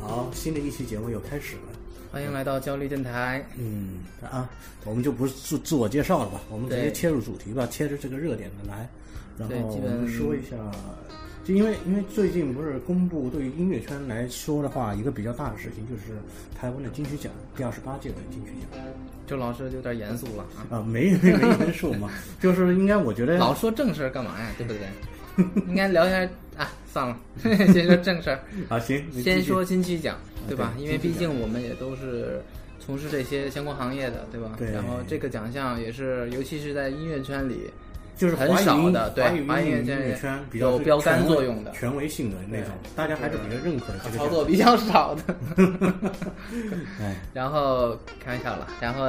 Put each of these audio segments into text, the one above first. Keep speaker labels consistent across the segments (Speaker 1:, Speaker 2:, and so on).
Speaker 1: 好，新的一期节目又开始了。
Speaker 2: 欢迎来到焦虑电台。
Speaker 1: 嗯啊，我们就不自自我介绍了吧，我们直接
Speaker 2: 对
Speaker 1: 切入主题吧，切着这个热点的来，然
Speaker 2: 对
Speaker 1: 后
Speaker 2: 基
Speaker 1: 我
Speaker 2: 本
Speaker 1: 们说一下，就因为因为最近不是公布对于音乐圈来说的话，一个比较大的事情就是台湾的金曲奖第二十八届的金曲奖
Speaker 2: 周老师有点严肃了 啊，
Speaker 1: 啊，没没没人数 嘛，就是应该我觉得
Speaker 2: 老说正事儿干嘛呀？对 不对？应该聊一下啊，算了，先说正事儿，
Speaker 1: 啊行，你继
Speaker 2: 先
Speaker 1: 续啊
Speaker 2: 说金曲奖，对吧？
Speaker 1: 对
Speaker 2: 因为
Speaker 1: 金
Speaker 2: 毕
Speaker 1: 曲奖
Speaker 2: 竟我们也都是从事这些相关行业的，对吧？
Speaker 1: 对
Speaker 2: 然后这个奖项也是，尤其是在音乐圈里，
Speaker 1: 就是
Speaker 2: 很
Speaker 1: 华语
Speaker 2: 少
Speaker 1: 音
Speaker 2: 的对
Speaker 1: 华
Speaker 2: 华
Speaker 1: 语
Speaker 2: 语
Speaker 1: 音
Speaker 2: 音乐
Speaker 1: 乐
Speaker 2: 圈
Speaker 1: 圈比较
Speaker 2: 有
Speaker 1: 是
Speaker 2: 标杆
Speaker 1: 权威
Speaker 2: 作用的
Speaker 1: 权威性的那种，大家还是比较认可的这个
Speaker 2: 操
Speaker 1: 奖
Speaker 2: 作比较 少的。
Speaker 1: 哎。
Speaker 2: 然后开玩笑了，然后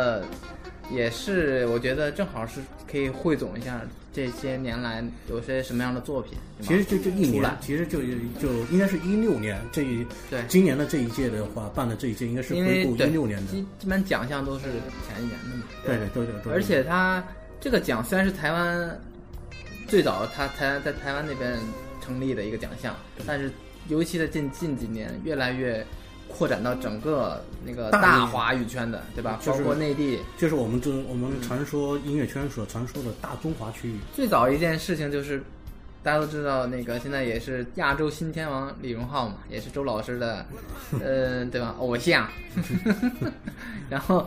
Speaker 2: 也是我觉得正好是可以汇总一下这些年来有些什么样的作品。对吧
Speaker 1: 其实就这一
Speaker 2: 出
Speaker 1: 年
Speaker 2: 来，
Speaker 1: 其实就就应该是一六年这一
Speaker 2: 对
Speaker 1: 今年的这一届的话，办的这一届应该是
Speaker 2: 因
Speaker 1: 回
Speaker 2: 为
Speaker 1: 顾一
Speaker 2: 对
Speaker 1: 六年的，
Speaker 2: 基基本奖项都是前一年的嘛。
Speaker 1: 对对对对对，
Speaker 2: 而且它这个奖虽然是台湾最早它台在台湾那边成立的一个奖项，但是尤其在近近几年越来越扩展到整个那个
Speaker 1: 大陆
Speaker 2: 大华语圈的，对吧？
Speaker 1: 就是
Speaker 2: 包括内地。
Speaker 1: 就是我们这我们
Speaker 2: 嗯
Speaker 1: 常说音乐圈所常说的大中华区域，
Speaker 2: 最早一件事情就是，大家都知道那个现在也是亚洲新天王李荣浩嘛，也是周老 师的，呃，对吧？偶像。 然后，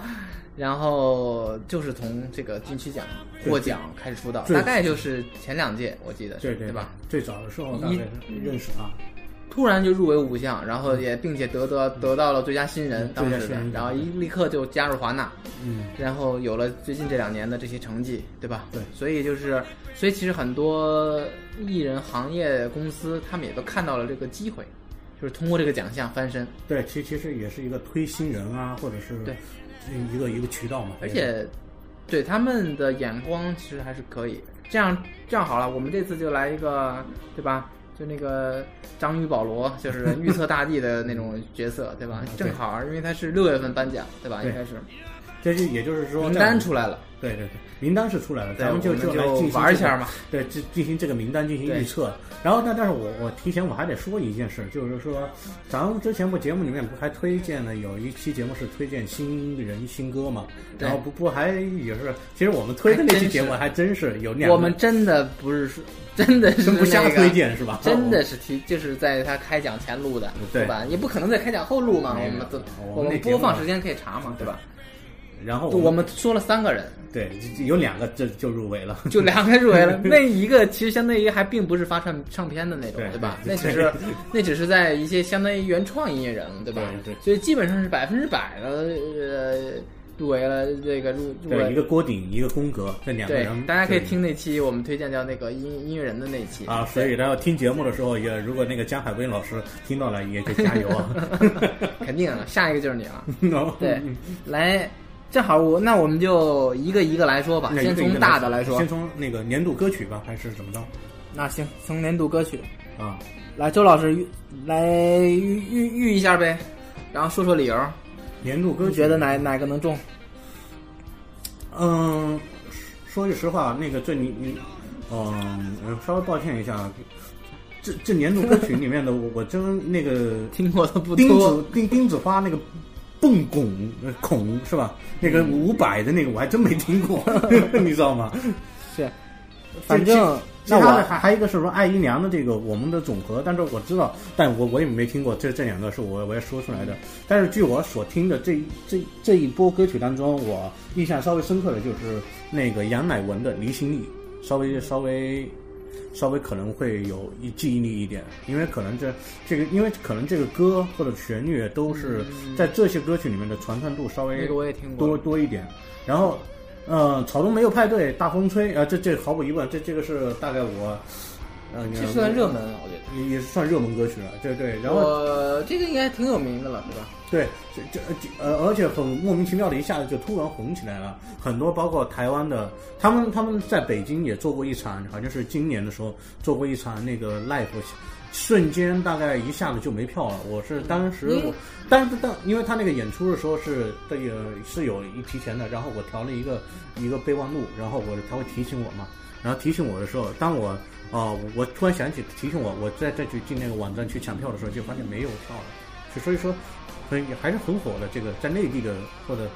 Speaker 2: 然后就是从这个金曲奖获奖开始出道，
Speaker 1: 对
Speaker 2: 大概就是前两届我记得是，
Speaker 1: 对对
Speaker 2: 吧？？
Speaker 1: 最早的时候大概认识啊他，
Speaker 2: 突然就入围五项，然后也并且得得得到了最佳新人，
Speaker 1: 嗯
Speaker 2: 当
Speaker 1: 最佳
Speaker 2: 时
Speaker 1: 新
Speaker 2: 的
Speaker 1: 人，
Speaker 2: 然后一立刻就加入华纳，
Speaker 1: 嗯，
Speaker 2: 然后有了最近这两年的这些成绩，对吧？
Speaker 1: 对
Speaker 2: 所以就是，所以其实很多艺人行业公司他们也都看到了这个机会，就是通过这个奖项翻身，
Speaker 1: 对，其其实也是一个推新人啊，或者是
Speaker 2: 对
Speaker 1: 一个一个渠道嘛，
Speaker 2: 而且对他们的眼光其实还是可以。这样这样好了，我们这次就来一个，对吧？就那个章鱼保罗，就是 预测大帝的那种角色，对
Speaker 1: 啊
Speaker 2: 吧？
Speaker 1: 对
Speaker 2: 正好，因为他是六月份颁奖，对吧？
Speaker 1: 对
Speaker 2: 应该是
Speaker 1: 这就也就是说
Speaker 2: 名
Speaker 1: 在我
Speaker 2: 单
Speaker 1: 们
Speaker 2: 出来了，
Speaker 1: 对对对，名单是出来了，
Speaker 2: 对
Speaker 1: 咱们就
Speaker 2: 我们就
Speaker 1: 来进行
Speaker 2: 玩一
Speaker 1: 这个
Speaker 2: 下嘛。
Speaker 1: 对，进进行这个名单进行预测。然后呢，但是我我提前我还得说一件事，就是说，咱们之前不节目里面不还推荐了有一期节目是推荐新人新歌嘛？
Speaker 2: 对
Speaker 1: 然后不不还也是，其实我们推的那期节目还真是有两个，
Speaker 2: 我们真的不是说，真的是
Speaker 1: 真不瞎
Speaker 2: 那个
Speaker 1: 推荐是吧？
Speaker 2: 真的是提，就是在他开奖前录的，
Speaker 1: 嗯对
Speaker 2: 吧？也不可能在开奖后录嘛，
Speaker 1: 没有
Speaker 2: 我们都
Speaker 1: 我
Speaker 2: 我
Speaker 1: 们那
Speaker 2: 们
Speaker 1: 节目
Speaker 2: 播放时间可以查嘛，对吧？
Speaker 1: 然后
Speaker 2: 我们说了三 个人，
Speaker 1: 对有两个这就入围了。
Speaker 2: 就两个入 围了，那一个其实相当于还并不是发唱唱片的那种
Speaker 1: 对，
Speaker 2: 对吧？
Speaker 1: 对
Speaker 2: 那只是那只是在一些相当于原创音乐人，对吧
Speaker 1: 对对？
Speaker 2: 所以基本上是百分之百的呃入围了这个入入
Speaker 1: 对，一
Speaker 2: 围。
Speaker 1: 个郭顶，一个宫格，这两个
Speaker 2: 对
Speaker 1: 人，，
Speaker 2: 大家可以听那期我们推荐叫那个音音乐人的那期
Speaker 1: 啊。所以，然后听节目的时候，也如果那个江海威老师听到了，也就加油 啊！
Speaker 2: 肯定了，下一个就是你了。对
Speaker 1: 嗯，
Speaker 2: 来，正好我那我们就一个一个来说吧，
Speaker 1: 那一
Speaker 2: 先
Speaker 1: 个一
Speaker 2: 从
Speaker 1: 个
Speaker 2: 大的来说。
Speaker 1: 先从那个年度歌曲吧，还是怎么着？
Speaker 2: 那行，从年度歌曲
Speaker 1: 啊，
Speaker 2: 来，周老师预来预预预一下呗，然后说说理由，
Speaker 1: 年度歌
Speaker 2: 你
Speaker 1: 曲
Speaker 2: 觉得？哪哪个能中？
Speaker 1: 嗯，说句实话，那个这你你，嗯，呃稍微抱歉一下，这这年度歌曲里面的我我真那个
Speaker 2: 听过的不
Speaker 1: 丁
Speaker 2: 多，
Speaker 1: 子丁丁子花那个。蹦拱呃孔是吧？那
Speaker 2: 嗯
Speaker 1: 个五百的那个我还真没听过， 你知道吗？
Speaker 2: 是，反正
Speaker 1: 其
Speaker 2: 那
Speaker 1: 他的
Speaker 2: 我
Speaker 1: 还还有一个是说爱姨娘的这个我们的总和，但是我知道，但我我也没听过这这两个是我我也说出来的。但是据我所听的这这这一波歌曲当中，我印象稍微深刻的就是那个杨乃文的《离心力》，稍微稍微稍微可能会有一记忆力一点，因为可能这这个因为可能这个歌或者旋律都是在这些歌曲里面的传唱度稍微
Speaker 2: 嗯那个我也听
Speaker 1: 多
Speaker 2: 过，
Speaker 1: 多一点。然后，呃，草东没有派对，大风吹，啊，这这毫无疑问，这这个是大概我，呃，
Speaker 2: 这算热门啊，我觉得。
Speaker 1: 也也是算热门歌曲了，对对。然后
Speaker 2: 我这个应该挺有名的了，对吧？
Speaker 1: 对，这这呃，而且很莫名其妙的，一下子就突然红起来了。很多包括台湾的，他们他们在北京也做过一场，好像是今年的时候做过一场那个 live。瞬间大概一下子就没票了。我是当时
Speaker 2: 嗯
Speaker 1: 我，但是但因为他那个演出的时候是这个是有一提前的，然后我调了一个一个备忘录，然后我他会提醒我嘛。然后提醒我的时候，当我啊、我我突然想起提醒我，我再再去进那个网站去抢票的时候，就发现没有票了。去，所以说，所以还是很火的。这个在内地的或者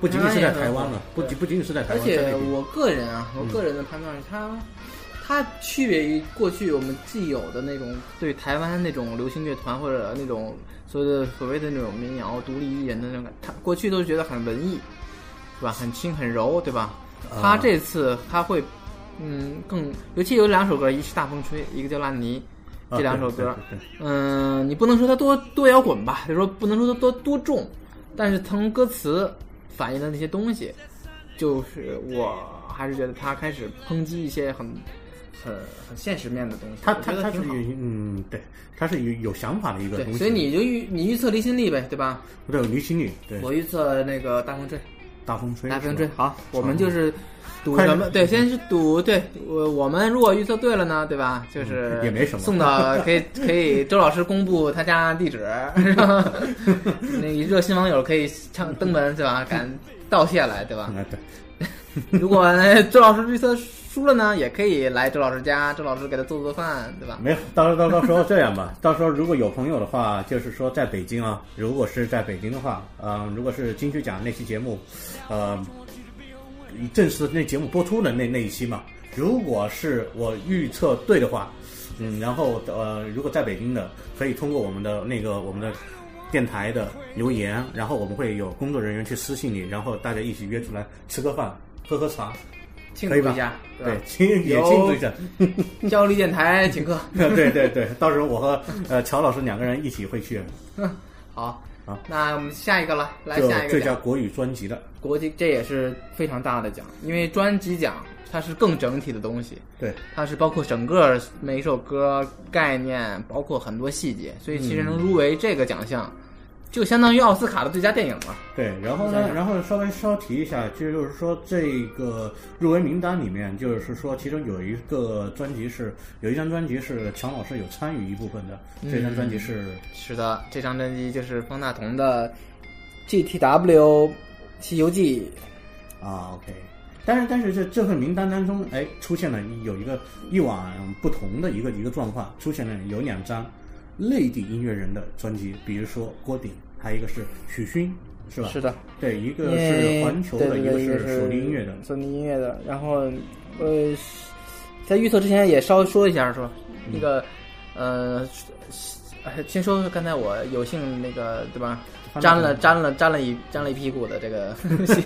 Speaker 1: 不仅仅是在台湾了，不
Speaker 2: 当然也很火
Speaker 1: 仅不仅仅是在台
Speaker 2: 而
Speaker 1: 湾，在
Speaker 2: 且
Speaker 1: 内地
Speaker 2: 我个人啊，我
Speaker 1: 嗯
Speaker 2: 个人的判断是它，它区别于过去我们既有的那种对台湾那种流行乐团或者那种所谓的所谓的那种民谣独立艺人的那种感，它过去都是觉得很文艺，对吧？很轻很柔，对吧？
Speaker 1: 啊
Speaker 2: 他这次他会，嗯，更尤其有两首歌，一是《大风吹》，一个叫《烂泥》，
Speaker 1: 啊
Speaker 2: 这两首
Speaker 1: 对
Speaker 2: 歌，
Speaker 1: 对对对
Speaker 2: 嗯、你不能说它多多摇滚吧，就说不能说它多多重，但是从歌词反映的那些东西，就是我还是觉得他开始抨击一些很很很现实面的东西，
Speaker 1: 他
Speaker 2: 我
Speaker 1: 他
Speaker 2: 觉得
Speaker 1: 他是
Speaker 2: 挺好。
Speaker 1: 嗯，对，他是有有想法的一个东
Speaker 2: 对，
Speaker 1: 西。
Speaker 2: 所以你就预你预测离心力呗，对吧？
Speaker 1: 对离心力，对
Speaker 2: 我预测那个大风吹，
Speaker 1: 大风吹，
Speaker 2: 大风
Speaker 1: 是
Speaker 2: 吹
Speaker 1: 吧，
Speaker 2: 好，我们就是赌
Speaker 1: 快
Speaker 2: 什
Speaker 1: 点
Speaker 2: 么？对，先是赌，对我我们如果预测对了呢，对吧？就是
Speaker 1: 嗯也没什么
Speaker 2: 送到可以可以，周老师公布他家地址，是吧？ 那热心网友可以上登门，对吧？敢道谢来，对吧？
Speaker 1: 嗯，对，
Speaker 2: 如果哎周老师预测输了呢，也可以来周老师家，周老师给他做做饭，对吧？
Speaker 1: 没有，到时候到到时候这样吧， 到时候如果有朋友的话，就是说在北京啊，如果是在北京的话，嗯、如果是金曲奖那期节目，呃，正式那节目播出的那那一期嘛，如果是我预测对的话，嗯，然后呃，如果在北京的，可以通过我们的那个我们的。电台的留言，然后我们会有工作人员去私信你，然后大家一起约出来吃个饭、喝喝茶，
Speaker 2: 庆
Speaker 1: 可以
Speaker 2: 祝
Speaker 1: 吧
Speaker 2: 一下，对
Speaker 1: 对
Speaker 2: 吧，？
Speaker 1: 庆也庆祝一下。
Speaker 2: 焦虑电台 请客。
Speaker 1: 对对对，到时候我和呃乔老师两个人一起会去，
Speaker 2: 好
Speaker 1: 好，
Speaker 2: 那我们下一个了，来
Speaker 1: 就
Speaker 2: 下一个
Speaker 1: 最
Speaker 2: 奖
Speaker 1: 佳国语专辑的。
Speaker 2: 国际这也是非常大的奖，因为专辑奖它是更整体的东西，
Speaker 1: 对，
Speaker 2: 它是包括整个每一首歌概念，包括很多细节，所以其实
Speaker 1: 嗯
Speaker 2: 能入围这个奖项，就相当于奥斯卡的最佳电影了。
Speaker 1: 对，然后呢，然后稍微稍提一下，其实就是说这个入围名单里面，就是说其中有一个专辑是有一张专辑是强老师有参与一部分的，这张专辑是
Speaker 2: 是的，这张专辑就是方大同的《GTW 西游记
Speaker 1: 啊 OK。但是但是这这份名单当中，哎，出现了有一个一往不同的一个一个状况，出现了有两张内地音乐人的专辑，比如说郭顶，还有一个是许昕，是》。吧？
Speaker 2: 是的，
Speaker 1: 对，一
Speaker 2: 因
Speaker 1: 个
Speaker 2: 为
Speaker 1: 是环球的，
Speaker 2: 对
Speaker 1: 一
Speaker 2: 对
Speaker 1: 个
Speaker 2: 对一
Speaker 1: 是索尼音乐 的。
Speaker 2: 索尼音乐的。然后，呃，在预测之前也稍微说一下，说
Speaker 1: 嗯
Speaker 2: 那个，呃，哎先说说刚才我有幸那个对吧，
Speaker 1: 翻
Speaker 2: 沾
Speaker 1: 大
Speaker 2: 了沾了沾了一沾了一屁股的这 个 东西，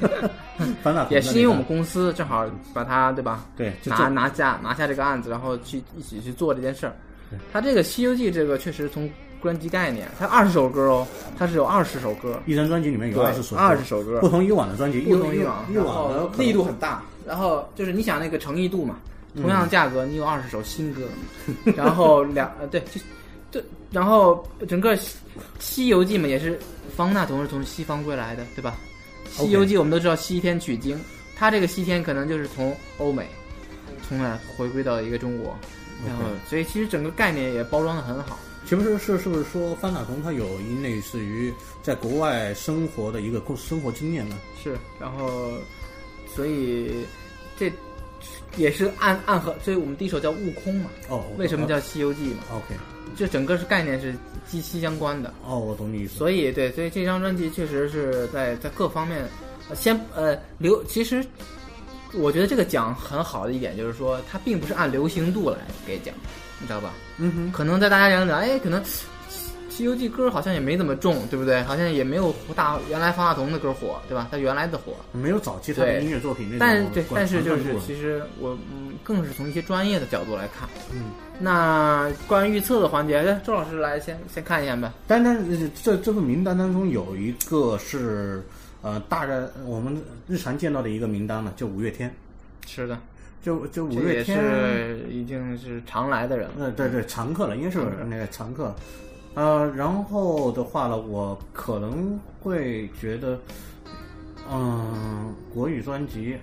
Speaker 1: 翻大同的那个
Speaker 2: 也是因为我们啊公司正
Speaker 1: 嗯
Speaker 2: 好把它对吧，
Speaker 1: 对，就
Speaker 2: 拿
Speaker 1: 这
Speaker 2: 拿下拿下这个案子，然后去一起去做这件事儿。他这个《西游记》这个确实从专辑概念，它二十首歌哦，它是有二十首歌，
Speaker 1: 一张专辑里面有
Speaker 2: 对
Speaker 1: 二十首歌，
Speaker 2: 20首歌
Speaker 1: 不同以往的专辑，
Speaker 2: 不
Speaker 1: 同
Speaker 2: 同以往
Speaker 1: 往，以往
Speaker 2: 然
Speaker 1: 的
Speaker 2: 后
Speaker 1: 可能
Speaker 2: 力度很大。嗯然后就是你想那个诚意度嘛，同样的价格，你有二十首新 歌，然后两呃对，就对，然后整个西《西游记》嘛，也是方大同是从西方归来的，对吧？《
Speaker 1: OK
Speaker 2: 西游记》我们都知道西天取经，他这个西天可能就是从欧美，从那儿回归到一个中国，然后所以其实整个概念也包装的很好。
Speaker 1: 是不是是是不是说翻大同他有一类似于在国外生活的一个生活经验呢？
Speaker 2: 是，然后所以这也是暗暗合，所以我们第一首叫悟空嘛，
Speaker 1: 哦，
Speaker 2: 为什么叫《西游记》嘛？
Speaker 1: OK？
Speaker 2: 这整个是概念是息息相关的，
Speaker 1: 哦，我懂你意思。
Speaker 2: 所以对，所以这张专辑确实是在在各方面，呃先呃流，其实我觉得这个奖很好的一点就是说，它并不是按流行度来给奖，你知道吧？
Speaker 1: 嗯哼，
Speaker 2: 可能在大家眼里，哎，可能《西西游记》歌好像也没怎么重，对不对？好像也没有大原来方大同的歌火，对吧？他原来的火，
Speaker 1: 没有早期他的
Speaker 2: 对
Speaker 1: 音乐作品那种
Speaker 2: 但对，
Speaker 1: 广
Speaker 2: 但是就
Speaker 1: 传唱
Speaker 2: 是
Speaker 1: 度
Speaker 2: 其实我嗯，更是从一些专业的角度来看。
Speaker 1: 嗯，
Speaker 2: 那关于预测的环节，哎周老师来先先看一眼呗。
Speaker 1: 单单呃这这份名单当中有一个是呃大概我们日常见到的一个名单了，就五月天，
Speaker 2: 是的，
Speaker 1: 就就五
Speaker 2: 这
Speaker 1: 月
Speaker 2: 也
Speaker 1: 天
Speaker 2: 是已经是常来的人了。
Speaker 1: 呃，对对，常客了，应该是
Speaker 2: 嗯
Speaker 1: 那个常客。呃，然后的话呢，我可能会觉得，嗯、国语专辑，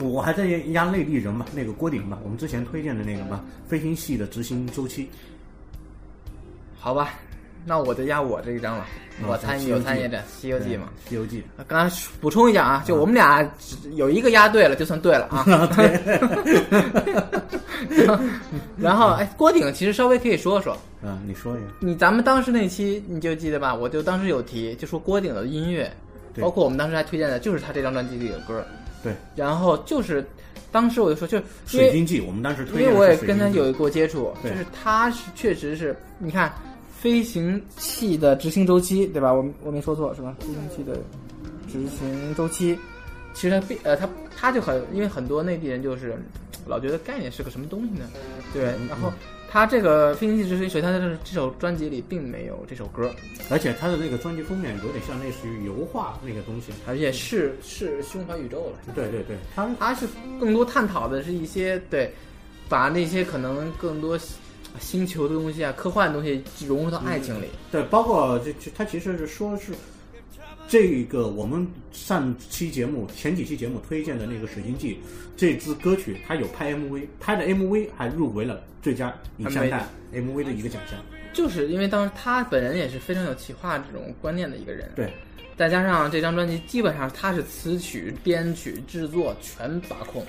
Speaker 1: 我我还在压内地人嘛，那个郭顶嘛，我们之前推荐的那个嘛，飞行系的执行周期，
Speaker 2: 好吧，那我就压我这一张了。
Speaker 1: 嗯
Speaker 2: 我参与
Speaker 1: 西游
Speaker 2: 有
Speaker 1: 记
Speaker 2: 参与这《西游记》嘛。
Speaker 1: 对，《西游记
Speaker 2: 刚刚补充一
Speaker 1: 啊
Speaker 2: 下啊，就我们俩只有一个押对了，就算对了啊。》然后 然后哎，郭顶其实稍微可以说说，
Speaker 1: 嗯，你说一下，
Speaker 2: 你咱们当时那期你就记得吧？我就当时有提，就说郭顶的音乐，
Speaker 1: 对
Speaker 2: 包括我们当时还推荐的，就是他这张专辑里的歌。
Speaker 1: 对，
Speaker 2: 然后就是当时我就说，就是因
Speaker 1: 水
Speaker 2: 为
Speaker 1: 晶记，我们当时
Speaker 2: 因
Speaker 1: 推荐的
Speaker 2: 为
Speaker 1: 是
Speaker 2: 我也
Speaker 1: 水
Speaker 2: 跟他
Speaker 1: 晶记
Speaker 2: 有过接触，就
Speaker 1: 对
Speaker 2: 是他是确实是你看飞行器的执行周期对吧？我我没说错是吧？飞行器的执行周期，其实他并呃他他就很因为很多内地人就是老觉得概念是个什么东西呢？对，
Speaker 1: 嗯
Speaker 2: 然后他这个飞行器执行，首先他这这首专辑里并没有这首歌，
Speaker 1: 而且他的那个专辑封面有点像类似于油画那个东西。
Speaker 2: 而且是是胸怀宇宙了。
Speaker 1: 对对对，他
Speaker 2: 它是更多探讨的是一些对，把那些可能更多星星球的东西啊、科幻的东西融入到爱情里。
Speaker 1: 对，包括这这，他其实是说是这个我们上期节目前几期节目推荐的那个《水晶记》这支歌曲，它有拍 MV，拍的 MV 还入围了最佳影像带 MV 的一个奖项。
Speaker 2: 就是因为当时他本人也是非常有企划这种观念的一个人，
Speaker 1: 对，
Speaker 2: 再加上这张专辑基本上他是词曲、编曲、制作全把控，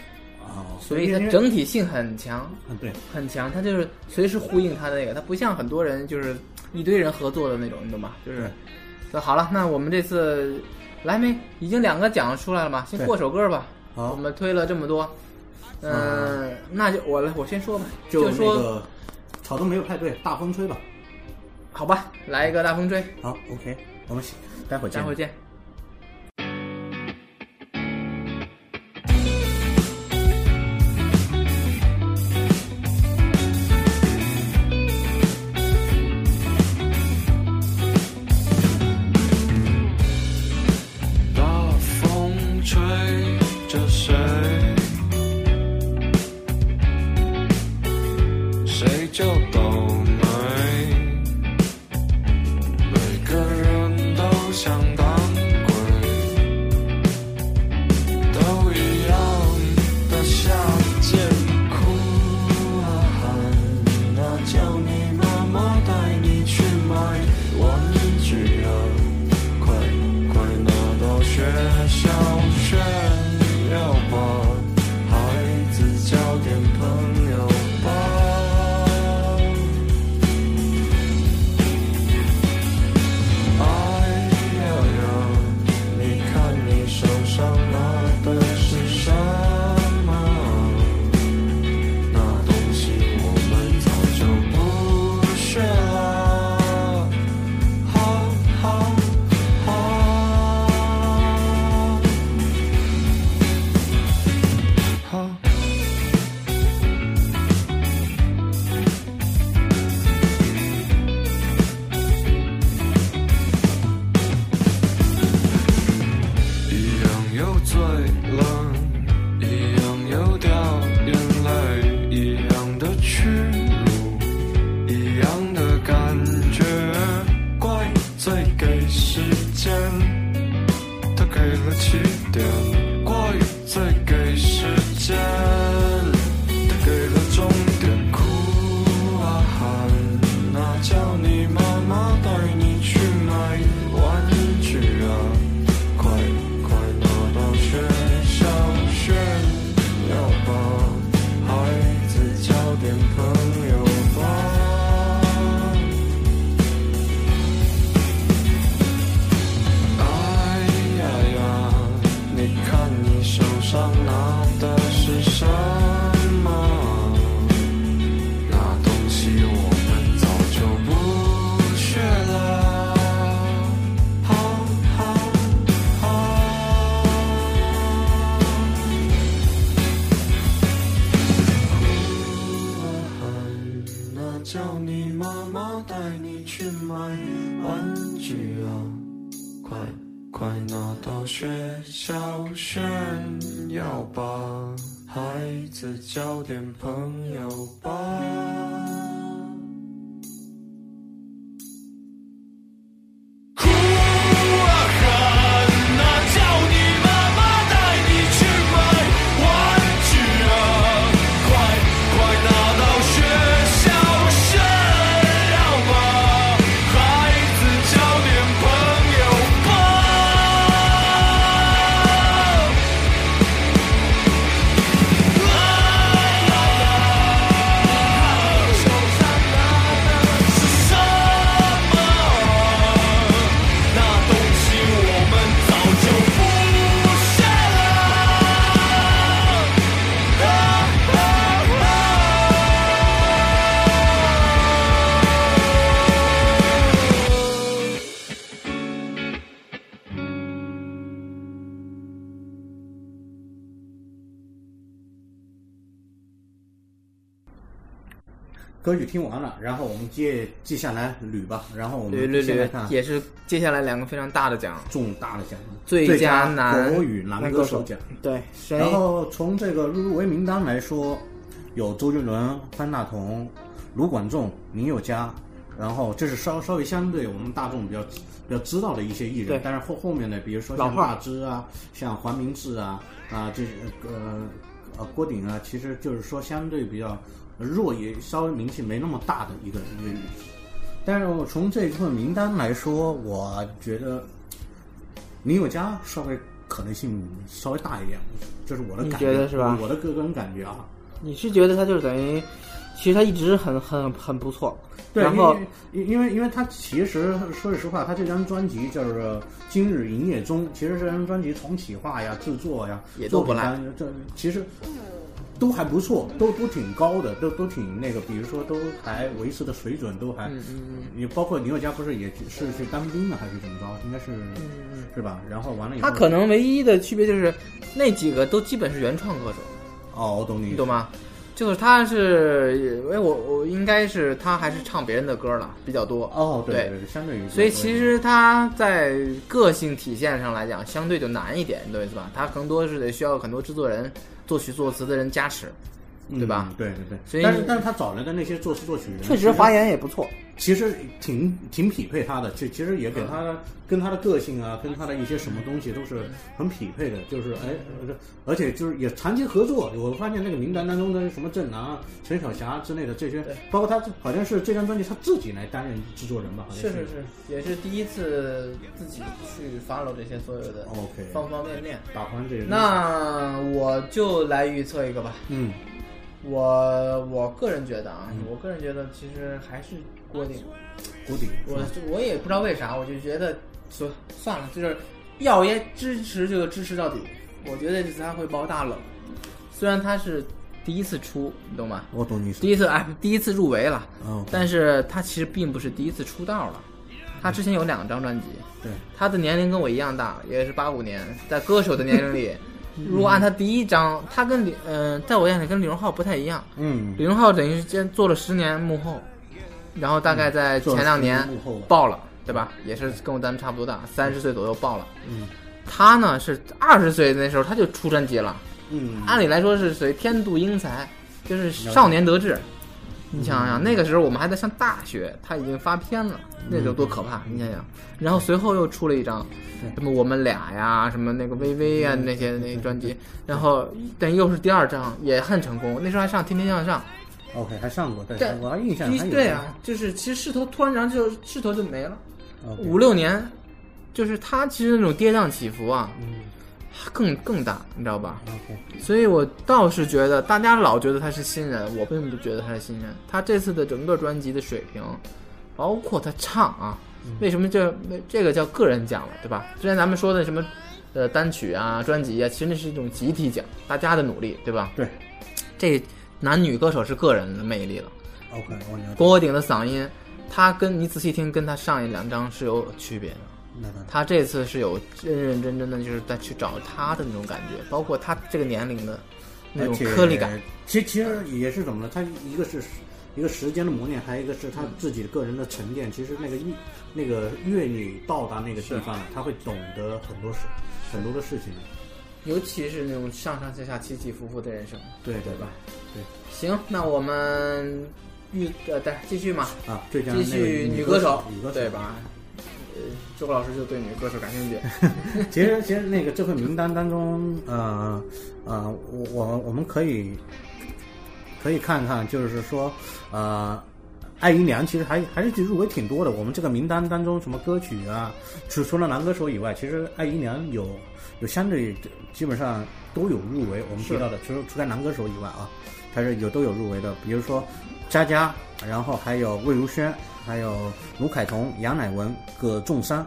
Speaker 1: 啊、
Speaker 2: 所以它
Speaker 1: 因为
Speaker 2: 整体性很强，
Speaker 1: 嗯对
Speaker 2: 很强。它就是随时呼应他的那个，它不像很多人就是一堆人合作的那种，你懂吧？就是
Speaker 1: 对
Speaker 2: 说好了，那我们这次来没已经两个奖出来了嘛，先
Speaker 1: 对
Speaker 2: 过首歌吧。
Speaker 1: 好
Speaker 2: 我们推了这么多，嗯、那就我来，我先说吧，就
Speaker 1: 就那
Speaker 2: 说、
Speaker 1: 个草东没有派对，大风吹吧。
Speaker 2: 好吧，来一个大风吹，
Speaker 1: 好，OK，我们待会儿见。
Speaker 2: 待会儿见。
Speaker 3: 大风吹着谁？谁叫倒霉？每个人都想当鬼，都一样的下贱，哭啊喊啊，叫你妈妈带你去买玩具啊，快快拿到学校炫耀吧，孩子交点朋友吧。哎呀呀，你看你手上拿的是什么？那东西我们早就不学了，哈哈哈，哈。一样又醉了，一样又掉眼泪，一样的屈辱，一样的感觉，怪罪给时间，它给了起点，怪罪给时间，它给了终点，哭啊喊啊，叫你妈妈带你去买玩具啊。快快拿到学校炫耀吧，孩子交点朋友吧。哎呀呀，你看你手上拿的是什么？那东西我们早就不学了，哈哈哈。那叫你妈妈带你去买玩具啊。快快拿到学校炫耀吧，孩子交点朋友吧。哭啊喊啊，叫你妈妈带你去买玩具啊！快快拿到学校炫耀吧，孩子交点朋友吧。啦啦啦。
Speaker 1: 歌曲听完了，然后我们接接下来捋吧，然后我
Speaker 2: 捋
Speaker 1: 们
Speaker 2: 捋
Speaker 1: 先来看
Speaker 2: 捋，也是接下来两个非常大的奖，
Speaker 1: 重大的奖，
Speaker 2: 最
Speaker 1: 最
Speaker 2: 佳
Speaker 1: 佳
Speaker 2: 男
Speaker 1: 国语男
Speaker 2: 男
Speaker 1: 歌
Speaker 2: 歌
Speaker 1: 手
Speaker 2: 手
Speaker 1: 奖。
Speaker 2: 对，谁
Speaker 1: 然后从这个入围名单来说，有周杰伦、方大同、卢广仲、林宥嘉，然后这是稍稍微相对我们大众比较比较知道的一些艺人
Speaker 2: 对，
Speaker 1: 但是后后面的，比如说
Speaker 2: 老
Speaker 1: 像
Speaker 2: 话
Speaker 1: 大芝啊，像黄明志啊，啊这呃呃郭顶啊，其实就是说相对比较弱，也稍微名气没那么大的一个一个艺人。但是我从这一份名单来说，我觉得林宥嘉稍微可能性稍微大一点，这是我的
Speaker 2: 你
Speaker 1: 感
Speaker 2: 觉得是吧
Speaker 1: 我的个人感觉啊。
Speaker 2: 你是觉得他就是等于，其实他一直很很很不错，
Speaker 1: 对，
Speaker 2: 然后
Speaker 1: 因为因为因为他其实说句实话，他这张专辑就是《今日营业中》，其实这张专辑从企划呀、制作呀，
Speaker 2: 也都不赖
Speaker 1: 作品单，这其实都还不错，都都挺高的，都都挺那个，比如说都还维持的水准都还，
Speaker 2: 嗯嗯嗯
Speaker 1: 也包括林宥嘉不是也去是去当兵了还是怎么着？应该是、是吧？然后完了以后，
Speaker 2: 嗯他可能唯一的区别就是那几个都基本是原创歌手，
Speaker 1: 哦，我懂你，
Speaker 2: 你懂吗？就是他是，因为我我应该是他还是唱别人的歌了比较多，
Speaker 1: 哦，对
Speaker 2: 对
Speaker 1: 对，相对于
Speaker 2: 所以其实他在个性体现上来讲相对就难一点，你懂我意思吧？他更多是得需要很多制作人、作曲作词的人加持，对吧
Speaker 1: 嗯？对对对，
Speaker 2: 所以
Speaker 1: 但是但是他找来的那些作词作曲人，
Speaker 2: 研也不错，嗯
Speaker 1: 其实挺挺匹配他的，其其实也给他、跟他的个性啊，跟他的一些什么东西都是很匹配的，就是哎，呃而且就是也长期合作。我发现那个名单当中的什么郑楠、啊、陈小霞之类的这些，包括他这好像是这张专辑他自己来担任制作人吧，好像
Speaker 2: 是是是，也是第一次自己去 follow 这些所有的
Speaker 1: OK
Speaker 2: 方方面面。
Speaker 1: 打翻这个。
Speaker 2: 那我就来预测一个吧，
Speaker 1: 嗯，
Speaker 2: 我我个人觉得啊，我个人觉得其实还是郭顶，
Speaker 1: 谷底
Speaker 2: 我我也不知道为啥，我就觉得说算了，就是要也支持就支持到底，我觉得这次他会爆大冷，虽然他是第一次出，你懂吗？
Speaker 1: 我懂你意思
Speaker 2: 第一次哎，第一次入围了，
Speaker 1: 嗯
Speaker 2: 但是他其实并不是第一次出道了，他之前有两张专辑，
Speaker 1: 对，
Speaker 2: 他的年龄跟我一样大，也是八五年，在歌手的年龄里，如果按他第一张，他跟李嗯、在我眼里跟李荣浩不太一样，
Speaker 1: 嗯
Speaker 2: 李荣浩等于是先做了十年幕后，然后大概在前两年
Speaker 1: 嗯做了十年幕后了
Speaker 2: 爆了，对吧？也是跟我咱们差不多大，三十岁左右爆了。
Speaker 1: 嗯
Speaker 2: 他呢是二十岁那时候他就出专辑了，
Speaker 1: 嗯，
Speaker 2: 按理来说是属于天妒英才，就是少年得志。
Speaker 1: 嗯
Speaker 2: 你想想，那个时候我们还在上大学，他已经发片了，
Speaker 1: 嗯
Speaker 2: 那有多可怕！你想想，然后随后又出了一张，什么我们俩呀，什么那个微微
Speaker 1: 嗯
Speaker 2: 呀那些那专辑，然后等于又是第二张，也很成功。那时候还上《天天向上》，
Speaker 1: OK 还上过，对
Speaker 2: 对，
Speaker 1: 我还印象还有
Speaker 2: 对啊，就是其实势头突然然就势头就没了，
Speaker 1: OK
Speaker 2: 五六年，就是他其实那种跌宕起伏啊，
Speaker 1: 嗯
Speaker 2: 更更大，你知道吧？
Speaker 1: OK
Speaker 2: 所以我倒是觉得大家老觉得他是新人，我并不觉得他是新人。他这次的整个专辑的水平，包括他唱啊，
Speaker 1: 嗯
Speaker 2: 为什么这那这个叫个人奖了，对吧？之前咱们说的什么呃单曲啊、专辑啊，其实那是一种集体奖，大家的努力，对吧？
Speaker 1: 对
Speaker 2: 这男女歌手是个人的魅力了。
Speaker 1: OK 我了解，
Speaker 2: 郭顶的嗓音，他跟你仔细听，跟他上一两张是有区别的。
Speaker 1: 那当然
Speaker 2: 他这次是有认认真真的，就是在去找他的那种感觉，包括他这个年龄的那种颗粒感。。
Speaker 1: 其其实也是怎么呢？他一个是一个时间的磨练，还有一个是他自己的个人的沉淀。其实那个阅那个阅历到达那个地方，他会懂得很多事，很多的事情。
Speaker 2: 尤其是那种上上下下起起伏伏的人生。
Speaker 1: 对对吧？
Speaker 2: 行，那我们预呃，对，继续嘛，
Speaker 1: 啊，最佳
Speaker 2: 继
Speaker 1: 那个
Speaker 2: 续
Speaker 1: 女
Speaker 2: 歌
Speaker 1: 手，女歌手
Speaker 2: 对？吧？呃，周老师就对女歌手感兴趣。
Speaker 1: 其实其实那个这份名单当中，呃呃，我我我们可以可以看看，就是说，呃，艾怡良其实还还是入围挺多的。我们这个名单当中，什么歌曲啊，除除了男歌手以外，其实艾怡良有有相对基本上都有入围。我们提到的，除除开男歌手以外啊，还是有都有入围的。比如说佳佳，然后还有魏如萱，还有卢凯彤、杨乃文、葛仲珊。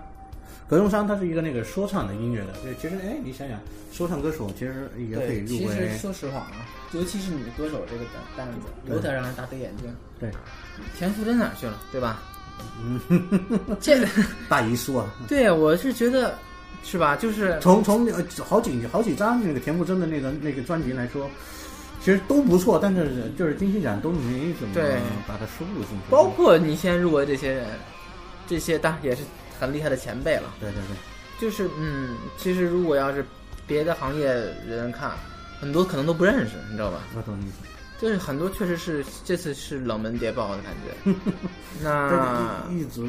Speaker 1: 葛仲珊他是一个那个说唱的音乐的，对，其实哎，你想想，说唱歌手其实 也可以
Speaker 2: 对，
Speaker 1: 入
Speaker 2: 其
Speaker 1: 围。
Speaker 2: 实说实话啊，尤其是女歌手这个担担子，有点让人大跌眼镜。
Speaker 1: 对，
Speaker 2: 田馥甄哪儿去了，对吧？
Speaker 1: 嗯，
Speaker 2: 这个
Speaker 1: 大姨叔啊，
Speaker 2: 对，我是觉得是吧？就是
Speaker 1: 从从呃好几好几张那个田馥甄的那个那个专辑来说，其实都不错，但是就是金曲奖都没怎么
Speaker 2: 对
Speaker 1: 把它收录进去。
Speaker 2: 包括你现在入啊围这些人，这些当然也是很厉害的前辈了。
Speaker 1: 对对对，
Speaker 2: 就是嗯，其实如果要是别的行业人看，很多可能都不认识，你知道吧？
Speaker 1: 我懂你意思。
Speaker 2: 就是很多确实是这次是冷门谍报的感觉。 嗯那
Speaker 1: 但是一一 直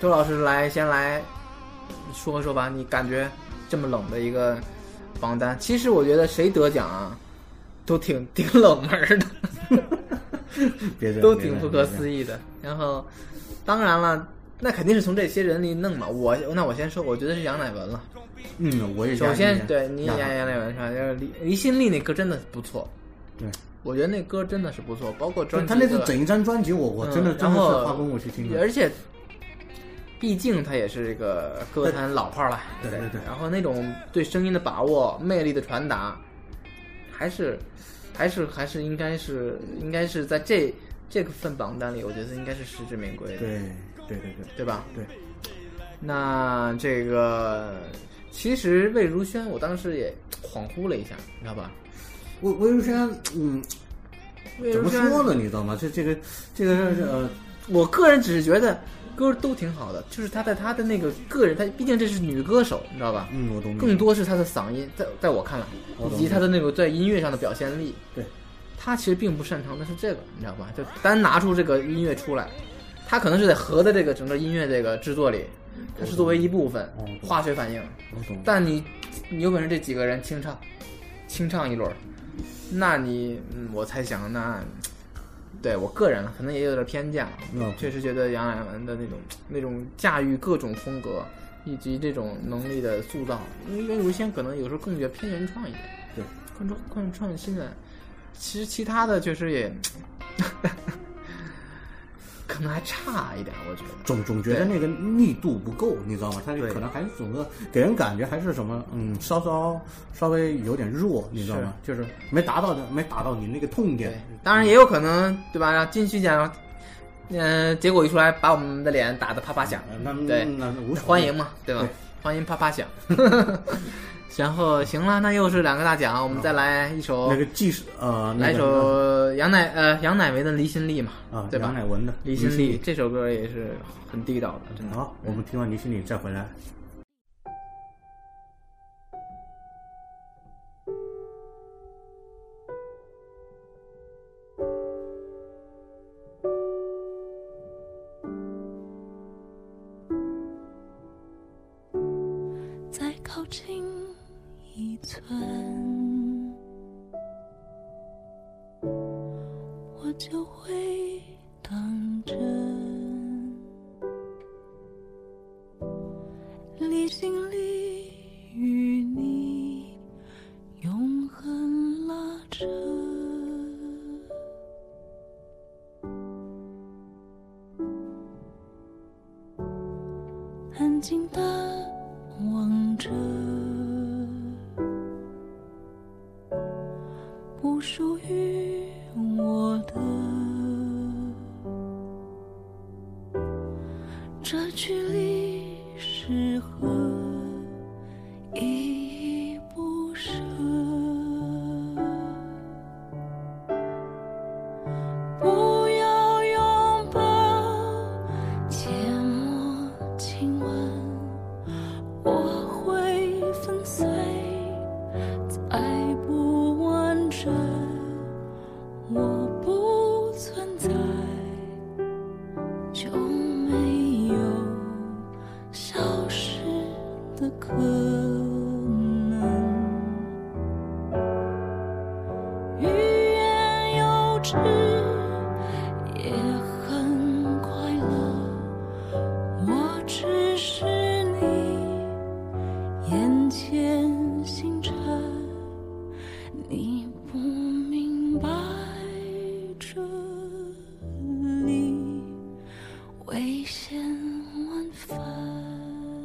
Speaker 2: 周老师来先来说说吧，你感觉这么冷的一个榜单，其实我觉得谁得奖啊，都挺 挺冷门儿的。
Speaker 1: 别人
Speaker 2: 都挺不可思议的。然后，当然了，那肯定是从这些人里弄嘛。我那我先说，我觉得是杨乃文了。
Speaker 1: 嗯，我也
Speaker 2: 首先，对你
Speaker 1: 你
Speaker 2: 演杨乃文是吧？就是离离心力那歌真的不错，
Speaker 1: 对，
Speaker 2: 我觉得那歌真的是不错，包括专
Speaker 1: 就
Speaker 2: 辑
Speaker 1: 他那
Speaker 2: 的
Speaker 1: 是整一张专辑，我我真的真
Speaker 2: 嗯
Speaker 1: 的
Speaker 2: 然后
Speaker 1: 是花公我去听的。
Speaker 2: 而且，毕竟他也是这个歌坛老炮儿了，
Speaker 1: 对对对
Speaker 2: 然后那种对声音的把握、魅力的传达，还是还是还是应该是应该是在这这个份榜单里，我觉得应该是实至名归的，
Speaker 1: 对对对对
Speaker 2: 对吧？
Speaker 1: 对，
Speaker 2: 那这个其实魏如萱，我当时也恍惚了一下，你知道吧？
Speaker 1: 我我有轩，嗯，
Speaker 2: 魏
Speaker 1: 怎
Speaker 2: 如
Speaker 1: 么
Speaker 2: 萱
Speaker 1: 说呢？你知道吗？这这个这个呃，
Speaker 2: 我个人只是觉得歌都挺好的，就是她在她的那个个人，她毕竟这是女歌手，你知道吧？
Speaker 1: 嗯，我懂你。
Speaker 2: 更多是她的嗓音，在在我看来，
Speaker 1: 我懂
Speaker 2: 以及她的那个在音乐上的表现力，
Speaker 1: 对，
Speaker 2: 她其实并不擅长的是这个，你知道吧？就单拿出这个音乐出来，她可能是在合的这个整个音乐这个制作里，它是作为一部分
Speaker 1: 我懂
Speaker 2: 化学反应，
Speaker 1: 我懂。
Speaker 2: 但你你有本事这几个人清唱，清唱一轮儿，那你嗯，我猜想那，对我个人可能也有点偏见了，
Speaker 1: 嗯
Speaker 2: 确实觉得杨乃文的那种那种驾驭各种风格以及这种能力的塑造，因为袁如仙可能有时候更觉得偏原创一点，
Speaker 1: 对，
Speaker 2: 更创更创新的，其实其他的确实也。 可能还差一点，我觉得。
Speaker 1: 总总觉得那个力度不够，你知道吗？他就
Speaker 2: 对
Speaker 1: 可能还是整个给人感觉还是什么，嗯，稍稍稍微有点弱，你知道吗？就是没达到的，没达到你那个痛点
Speaker 2: 对。，当然也有可能，对吧？让金曲奖，嗯、结果一出来，把我们的脸打得啪啪响，
Speaker 1: 呃那
Speaker 2: 对
Speaker 1: 那那无所谓
Speaker 2: 欢迎嘛，对吧？
Speaker 1: 对
Speaker 2: 欢迎啪啪响。 然后行了，那又是两个大奖，我们再来一 首，
Speaker 1: 那个技术呃，那
Speaker 2: 来一
Speaker 1: 个
Speaker 2: 首杨乃呃杨乃维的《离心力》嘛，
Speaker 1: 啊，
Speaker 2: 对
Speaker 1: 杨
Speaker 2: 吧
Speaker 1: 乃？文的
Speaker 2: 离心力。这首歌也是很地道的，真的。
Speaker 1: 好，我们听完离心力再回来。
Speaker 4: 再靠近一寸，我就会当真。离心力与你永恒拉扯。安静地望着不属于我的，这距离是何依依不舍？不要拥抱，缄默亲吻，我会粉碎，再不完整，我不存在，就没有消失的可能。欲言又止，也很快乐。我只是你眼前星辰，你不明白这里危险万分。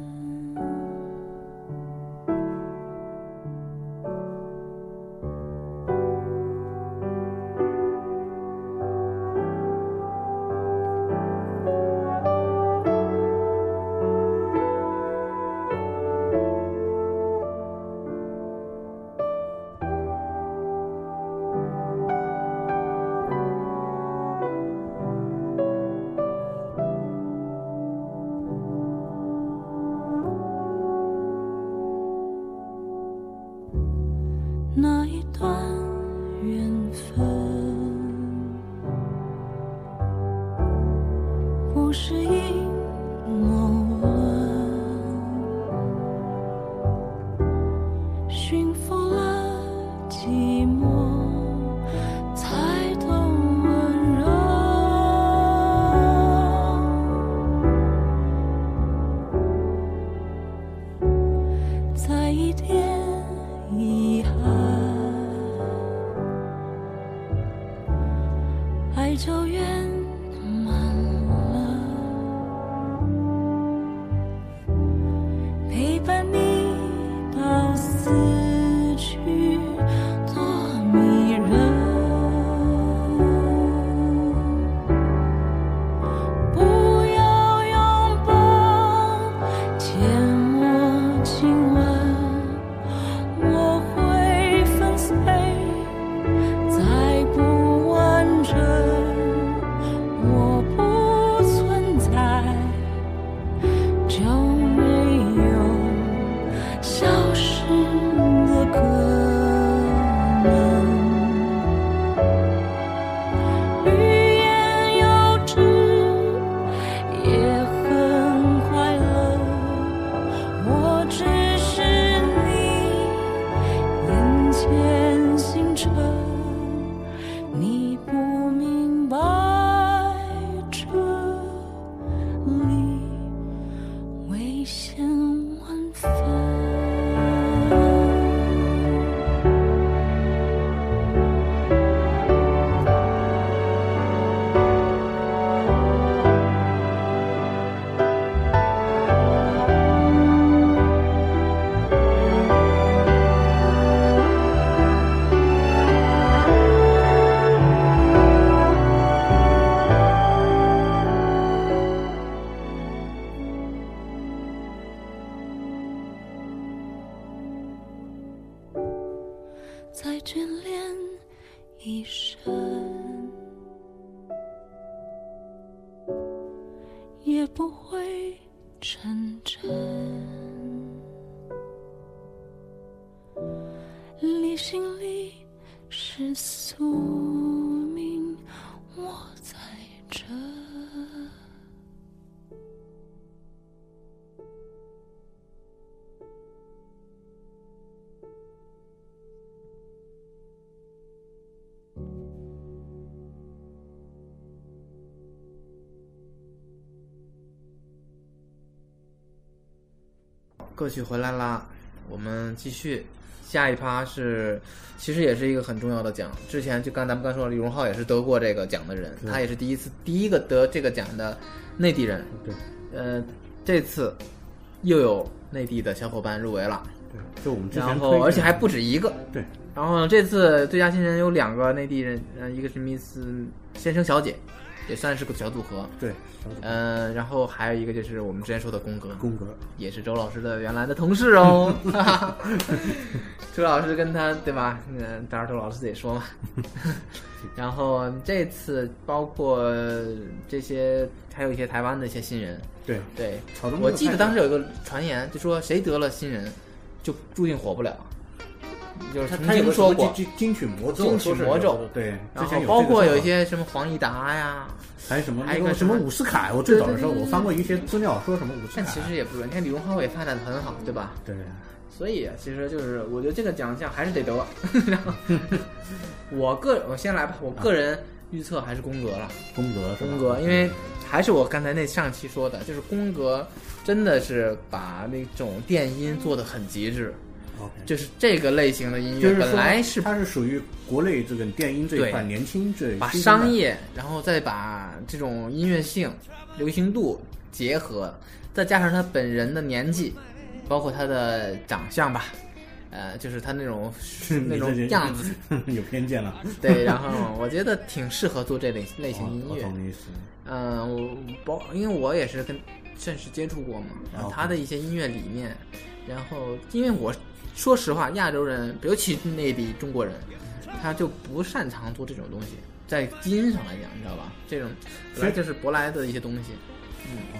Speaker 4: 险万分。再眷恋一生，也不会成真。你心里是宿命，我在这。
Speaker 2: 歌曲回来啦，我们继续。下一趴是，其实也是一个很重要的奖。之前就刚咱们刚说了，李荣浩也是得过这个奖的人，他也是第一次第一个得这个奖的内地人。
Speaker 1: 对，
Speaker 2: 呃，这次又有内地的小伙伴入围了，
Speaker 1: 对，就我们之前
Speaker 2: 然
Speaker 1: 推
Speaker 2: 后
Speaker 1: 荐
Speaker 2: 而且还不止一个。
Speaker 1: 对
Speaker 2: 然后这次最佳新人有两个内地人，呃，一个是 Miss 先生小姐，也算是个小组合。
Speaker 1: 对，
Speaker 2: 嗯、然后还有一个就是我们之前说的宫格，
Speaker 1: 宫格
Speaker 2: 也是周老师的原来的同事哦。 哈哈周老师跟他对吧？嗯，当然周老师自己说嘛。 然后这次包括这些，还有一些台湾的一些新人。
Speaker 1: 对，
Speaker 2: 对
Speaker 1: 草东，
Speaker 2: 我
Speaker 1: 没有
Speaker 2: 记得
Speaker 1: 太
Speaker 2: 当时有一个传言，就说谁得了新人，就注定火不了。就是
Speaker 1: 他
Speaker 2: 曾
Speaker 1: 他有
Speaker 2: 经
Speaker 1: 个
Speaker 2: 说
Speaker 1: 什么
Speaker 2: 过，
Speaker 1: 金金金曲魔咒，
Speaker 2: 金曲
Speaker 1: 说是
Speaker 2: 魔咒
Speaker 1: 有的对，
Speaker 2: 然
Speaker 1: 之
Speaker 2: 后
Speaker 1: 前有这
Speaker 2: 包
Speaker 1: 个
Speaker 2: 括
Speaker 1: 说
Speaker 2: 有一
Speaker 1: 法
Speaker 2: 些什么黄义达呀，
Speaker 1: 还有什么
Speaker 2: 还
Speaker 1: 那
Speaker 2: 有一
Speaker 1: 个
Speaker 2: 个
Speaker 1: 什么
Speaker 2: 什么
Speaker 1: 伍思凯，我最早的时候
Speaker 2: 对对对
Speaker 1: 我
Speaker 2: 对
Speaker 1: 翻过一些资料，说什么伍思凯，
Speaker 2: 但其实也不是。你看李荣浩也发展的很好，对吧？
Speaker 1: 对
Speaker 2: 所以其实就是，我觉得这个奖项还是得得。 然后我个我先来吧，我个人预测还是宫格了，
Speaker 1: 宫格是吧
Speaker 2: 宫格，因为还是我刚才那上期说的，就是宫格真的是把那种电音做的很极致，
Speaker 1: OK
Speaker 2: 就是这个类型的音
Speaker 1: 就
Speaker 2: 乐
Speaker 1: 是说
Speaker 2: 本来是
Speaker 1: 它是属于国内这个电音这一块
Speaker 2: 对
Speaker 1: 年轻这
Speaker 2: 把
Speaker 1: 新生代
Speaker 2: 商业，然后再把这种音乐性、流行度结合，再加上他本人的年纪，包括他的长相吧，呃，就是他 那种那种样子，
Speaker 1: 你这 有偏见了，
Speaker 2: 对，然后我觉得挺适合做这类 类型音
Speaker 1: 哦我
Speaker 2: 乐。
Speaker 1: 懂你意思，
Speaker 2: 嗯、我包因为我也是跟甚是接触过嘛，
Speaker 1: 啊
Speaker 2: 然后他的一些音乐理念，然后因为我说实话，亚洲人，尤其内地中国人，他就不擅长做这种东西，在基因上来讲，你知道吧？这种本来就是舶来的一些东西，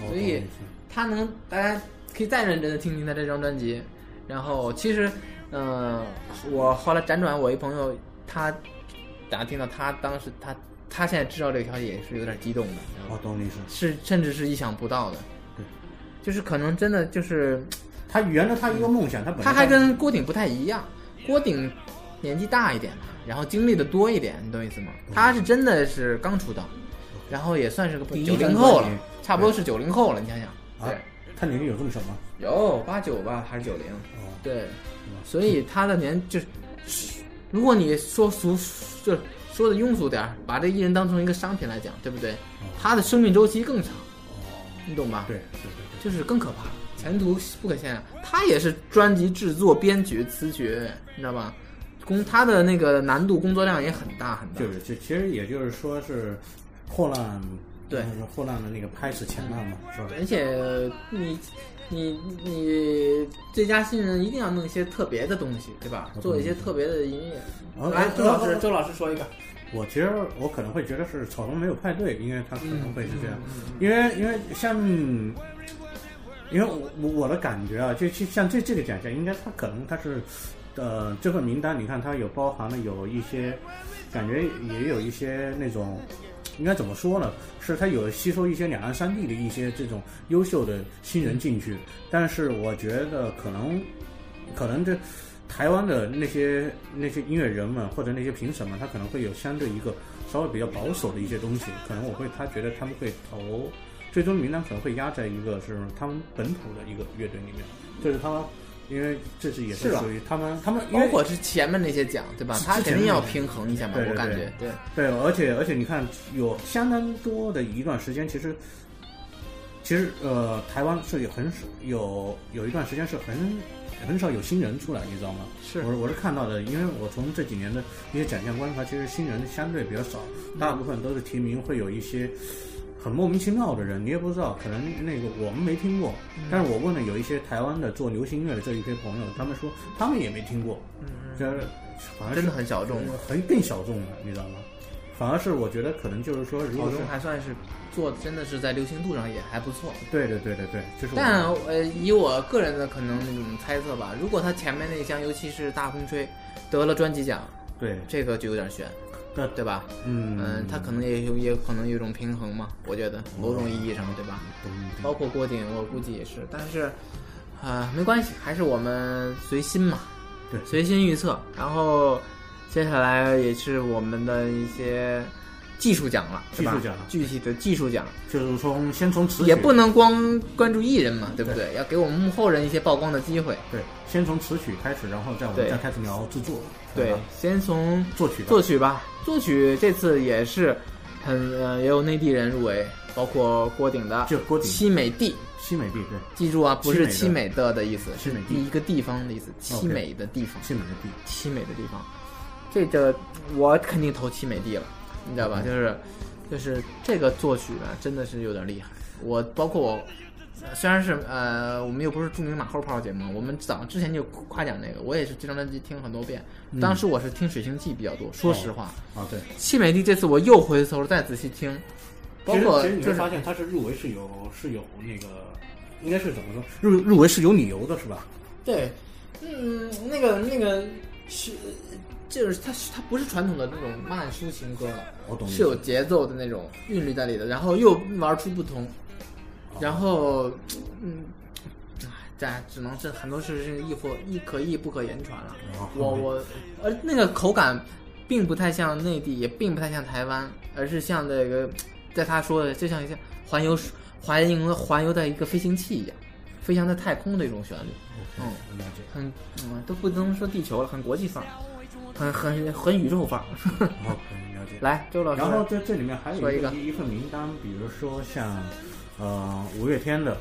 Speaker 1: 我
Speaker 2: 所
Speaker 1: 哦懂你
Speaker 2: 以
Speaker 1: 意思
Speaker 2: 他能，大家可以再认真的听听他这张专辑。然后其实，嗯、我后来辗转，我一朋友他，打听到他当时他他现在知道这个消息也是有点激动的，然
Speaker 1: 我
Speaker 2: 后
Speaker 1: 哦懂你意思。
Speaker 2: 是甚至是意想不到的
Speaker 1: 对，
Speaker 2: 就是可能真的就是
Speaker 1: 他圆了他一个梦想，他本来
Speaker 2: 他还跟郭顶不太一样，郭顶年纪大一点嘛，然后经历的多一点，你懂意思吗？他是真的是刚出道，然后也算是个
Speaker 1: 第一
Speaker 2: 嗯九
Speaker 1: 张
Speaker 2: 零后了
Speaker 1: 专辑，
Speaker 2: 差不多是九零后了，你想想，
Speaker 1: 啊
Speaker 2: 对。，
Speaker 1: 他年龄有这么小吗？
Speaker 2: 有八九吧，还是九零？嗯
Speaker 1: 哦，
Speaker 2: 对，所以他的年就是，如果你说俗，就是说的庸俗点儿，把这艺人当成一个商品来讲，对不对？他的生命周期更长，你懂吧？
Speaker 1: 哦对，对对对，
Speaker 2: 就是更可怕，前途不可限量。他也是专辑制作、编曲、词曲，你知道吧？工他的那个难度工作量也很大很大，
Speaker 1: 就是就其实也就是说是霍乱，
Speaker 2: 对
Speaker 1: 就是霍乱的那个拍是前浪嘛，是吧？
Speaker 2: 而且你你你最佳新人一定要弄一些特别的东西，对吧？做一些特别的音乐。
Speaker 1: 嗯
Speaker 2: 来
Speaker 1: 嗯，
Speaker 2: 啊哎周老
Speaker 1: 嗯
Speaker 2: 师
Speaker 1: 嗯，
Speaker 2: 周老师说一个。
Speaker 1: 我其实我可能会觉得是草东没有派对，因为他可能会是这样，因为因为像，因为我我我的感觉啊，就就像这这个奖项，应该他可能他是，呃，这份名单你看它有包含了有一些，感觉也有一些那种。应该怎么说呢？是它有吸收一些两岸三地的一些这种优秀的新人进去，但是我觉得可能，可能这台湾的那些那些音乐人们或者那些评审们，他可能会有相对一个稍微比较保守的一些东西，可能我会他觉得他们会投最终名单可能会压在一个是他们本土的一个乐队里面，这是他们，因为这是也
Speaker 2: 是吧
Speaker 1: 属于他们他们因
Speaker 2: 包
Speaker 1: 为
Speaker 2: 括是前面那些奖，对吧？他肯定要平衡一下嘛，
Speaker 1: 对对
Speaker 2: 我感
Speaker 1: 对
Speaker 2: 觉对。
Speaker 1: 对，而且而且你看，有相当多的一段时间，其实其实呃，台湾是有很少有有一段时间是很很少有新人出来，你知道吗？
Speaker 2: 是
Speaker 1: 我我是看到的，因为我从这几年的一些奖项观察，其实新人相对比较少，大部分都是提名，会有一些。很莫名其妙的人，你也不知道，可能那个我们没听过。但是我问了有一些台湾的做流行音乐的这一批朋友，他们说他们也没听过，就是反正
Speaker 2: 真的很小众
Speaker 1: 很更小众了，你知道吗？反而是我觉得可能就是说，如
Speaker 2: 老
Speaker 1: 果是
Speaker 2: 钟还算是做，真的是在流行度上也还不错。
Speaker 1: 对对对对对，就是我
Speaker 2: 但呃，以我个人的可能那种猜测吧，如果他前面那一项，尤其是《大风吹》得了专辑奖，
Speaker 1: 对
Speaker 2: 这个就有点悬，
Speaker 1: 那
Speaker 2: 对吧？
Speaker 1: 嗯
Speaker 2: 嗯，他可能也有，也可能有一种平衡嘛，我觉
Speaker 1: 哦
Speaker 2: 得某种意义上，对吧？
Speaker 1: 嗯
Speaker 2: 包括郭顶，我估计也是，但是，呃，没关系，还是我们随心嘛，
Speaker 1: 对
Speaker 2: 随心预测。然后接下来也是我们的一些技术奖了，是吧
Speaker 1: 技术奖
Speaker 2: 具体的技术奖
Speaker 1: 就是从先从词曲
Speaker 2: 也不能光关注艺人嘛，对不对？要给我们幕后人一些曝光的机会。
Speaker 1: 对，先从词曲开始，然后再我们
Speaker 2: 对
Speaker 1: 再开始聊制作，
Speaker 2: 对
Speaker 1: 吧，
Speaker 2: 先从
Speaker 1: 作曲吧
Speaker 2: 作曲吧，作曲这次也是很呃，也有内地人入围，包括郭顶的，
Speaker 1: 就郭顶
Speaker 2: 凄美地，
Speaker 1: 西美地对
Speaker 2: 记住啊，不是
Speaker 1: 凄
Speaker 2: 凄
Speaker 1: 美
Speaker 2: 美的的意思，
Speaker 1: 凄美地
Speaker 2: 是一个地方的意思，凄
Speaker 1: OK
Speaker 2: 美的地方，
Speaker 1: 西美的地，
Speaker 2: 凄美的地方。这个我肯定投凄美地了，你知道吧？就是就是这个作曲啊，真的是有点厉害。我包括我。呃虽然是呃，我们又不是著名马后炮节目，我们早之前就夸奖这个，我也是这张专辑听很多遍。
Speaker 1: 嗯
Speaker 2: 当时我是听《水星记》比较多，说实话，
Speaker 1: 啊对。
Speaker 2: 凄美地这次我又回头再仔细听，包
Speaker 1: 其实
Speaker 2: 括
Speaker 1: 其实你
Speaker 2: 就
Speaker 1: 会
Speaker 2: 是
Speaker 1: 发现它是入围是有是有那个，应该是怎么说？入入围是有理由的，是吧？
Speaker 2: 对，嗯，那个那个是，就是它是它不是传统的那种慢抒情歌了，
Speaker 1: 我懂你
Speaker 2: 是有节奏的那种韵律在里的，然后又玩出不同，
Speaker 1: 哦
Speaker 2: 然后嗯，唉但只能这很多事是亦或亦可亦不可言传了。
Speaker 1: 哦
Speaker 2: 我我而那个口感并不太像内地，也并不太像台湾，而是像那个，在他说的就像一些环游环游环游在一个飞行器一样，飞翔在太空的一种旋律。嗯，
Speaker 1: 了解。
Speaker 2: 很嗯都不能说地球了，很国际范儿，很很很宇宙范儿。
Speaker 1: 好，了解。
Speaker 2: 来，周老师，
Speaker 1: 然后这这里面还有
Speaker 2: 呃说
Speaker 1: 一
Speaker 2: 一
Speaker 1: 个
Speaker 2: 个
Speaker 1: 一份名单，比如说像呃五月天的，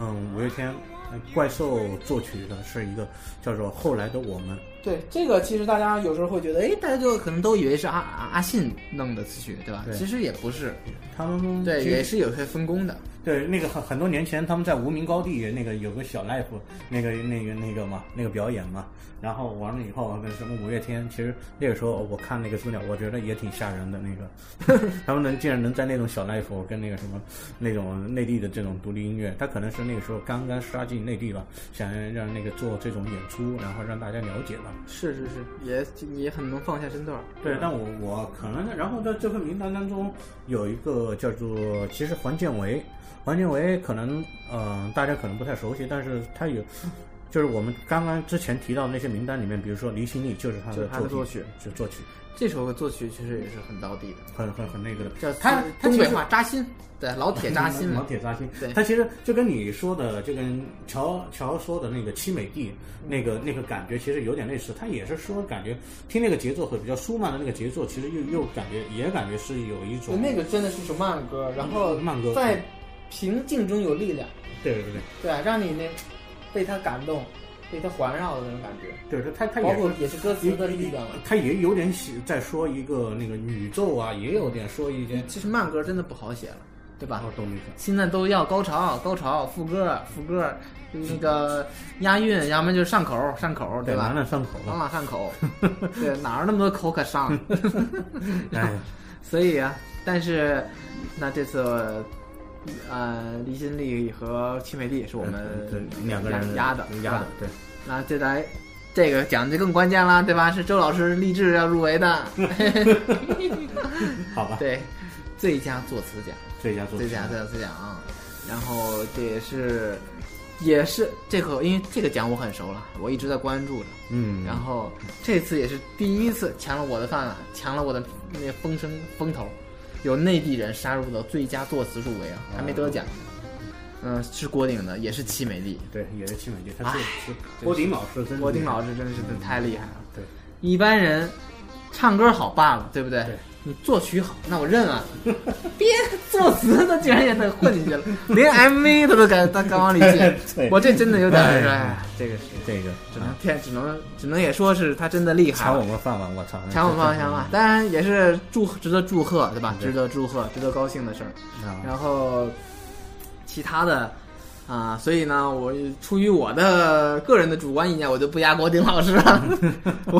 Speaker 1: 嗯五月天呃怪兽作曲的是一个叫做《后来的我们》，
Speaker 2: 对这个，其实大家有时候会觉得，哎，大家就可能都以为是阿啊阿阿信弄的词曲，对吧？嗯
Speaker 1: 对
Speaker 2: 其实也不是，
Speaker 1: 他们
Speaker 2: 对，
Speaker 1: 其实
Speaker 2: 也是有些分工的。
Speaker 1: 对那个很很多年前他们在无名高地那个有个小 live 那个那个那个嘛那个表演嘛，然后完了以后跟什么五月天，其实那个时候哦我看那个资料，我觉得也挺吓人的那个，他们能竟然能在那种小 live 跟那个什么那种内地的这种独立音乐，他可能是那个时候刚刚杀进内地吧，想让那个做这种演出，然后让大家了解吧。
Speaker 2: 是是是，也也很能放下身段儿。
Speaker 1: 对，但我我可能，然后在这份名单当中有一个叫做，其实黄建为，黄建为可能，嗯、大家可能不太熟悉，但是他有，就是我们刚刚之前提到的那些名单里面，比如说《离心力》就是他
Speaker 2: 就
Speaker 1: 的
Speaker 2: 是他的
Speaker 1: 作
Speaker 2: 作曲，
Speaker 1: 就作曲，
Speaker 2: 这首作曲其实也是很到地的，
Speaker 1: 很很很那个的，
Speaker 2: 叫
Speaker 1: 他他
Speaker 2: 东
Speaker 1: 其
Speaker 2: 北
Speaker 1: 实
Speaker 2: 话扎心，对，老铁扎心
Speaker 1: 嗯老
Speaker 2: 嘛。
Speaker 1: 铁扎心
Speaker 2: 对。
Speaker 1: 他其实就跟你说的，就跟乔乔说的那个凄美地那个那个感觉，其实有点类似。他也是说，感觉听那个节奏和比较舒曼的那个节奏，其实又又感觉也感觉是有一种
Speaker 2: 那个真的是首慢歌，然后
Speaker 1: 嗯慢歌
Speaker 2: 在平静中有力量，
Speaker 1: 对对对
Speaker 2: 对啊，让你那被他感动，被他环绕的那种感觉。
Speaker 1: 对，对他他
Speaker 2: 包
Speaker 1: 也
Speaker 2: 括
Speaker 1: 是
Speaker 2: 也是歌词的力量了。啊
Speaker 1: 他也有点喜在说一个那个宇宙啊，也有点说一些
Speaker 2: 其实慢歌真的不好写了，对嗯吧？
Speaker 1: 哦，懂你意思。
Speaker 2: 现在都要高潮，高潮，副歌，副歌，那个押韵，要么就是上口，上口，对
Speaker 1: 完
Speaker 2: 吧？
Speaker 1: 了上口
Speaker 2: 朗
Speaker 1: 了，
Speaker 2: 朗 上口，对，哪儿那么多口可上？ 嗯
Speaker 1: 哎，
Speaker 2: 所以啊，但是那这次，呃，离心力和戚美丽也是 我们
Speaker 1: 呃对两个人
Speaker 2: 压的，
Speaker 1: 压的
Speaker 2: 是吧，
Speaker 1: 对。
Speaker 2: 那这来这个奖就更关键了，对吧？是周老师励志要入 围的，
Speaker 1: 好吧，
Speaker 2: 对，最佳作词奖。
Speaker 1: 最佳作曲
Speaker 2: 最佳最佳最佳啊！然后这也是也是这个，因为这个奖我很熟了，我一直在关注着。
Speaker 1: 嗯，
Speaker 2: 然后这次也是第一次抢了我的饭碗，抢了我的那风声风头，由内地人杀入的最佳作词入围啊，还没得奖。嗯，是郭顶的，也是凄美丽。
Speaker 1: 对，也是七美丽，他是
Speaker 2: 哎
Speaker 1: 是郭顶老师，真是
Speaker 2: 郭顶老师真是太厉害了。
Speaker 1: 对，
Speaker 2: 一般人唱歌好罢了，对不对？
Speaker 1: 对
Speaker 2: 你作曲好，那我 认啊。别作词，他竟然也能混进去了，连 MV 他都敢他敢往里进
Speaker 1: 对，
Speaker 2: 我这真的有点
Speaker 1: 哎
Speaker 2: 儿，哎，这个是
Speaker 1: 这个
Speaker 2: 只能天，只能只能也说是他真的厉害
Speaker 1: 抢
Speaker 2: 了
Speaker 1: 我。们饭碗，我操！
Speaker 2: 抢我方向啊！当然也是祝值得祝贺，对吧？
Speaker 1: 对
Speaker 2: 值得祝贺，值得高兴的事儿。
Speaker 1: 啊！
Speaker 2: 然后呃其他的啊、所以呢，我出于我的个人的主观意见，我就不压郭顶老 师了，我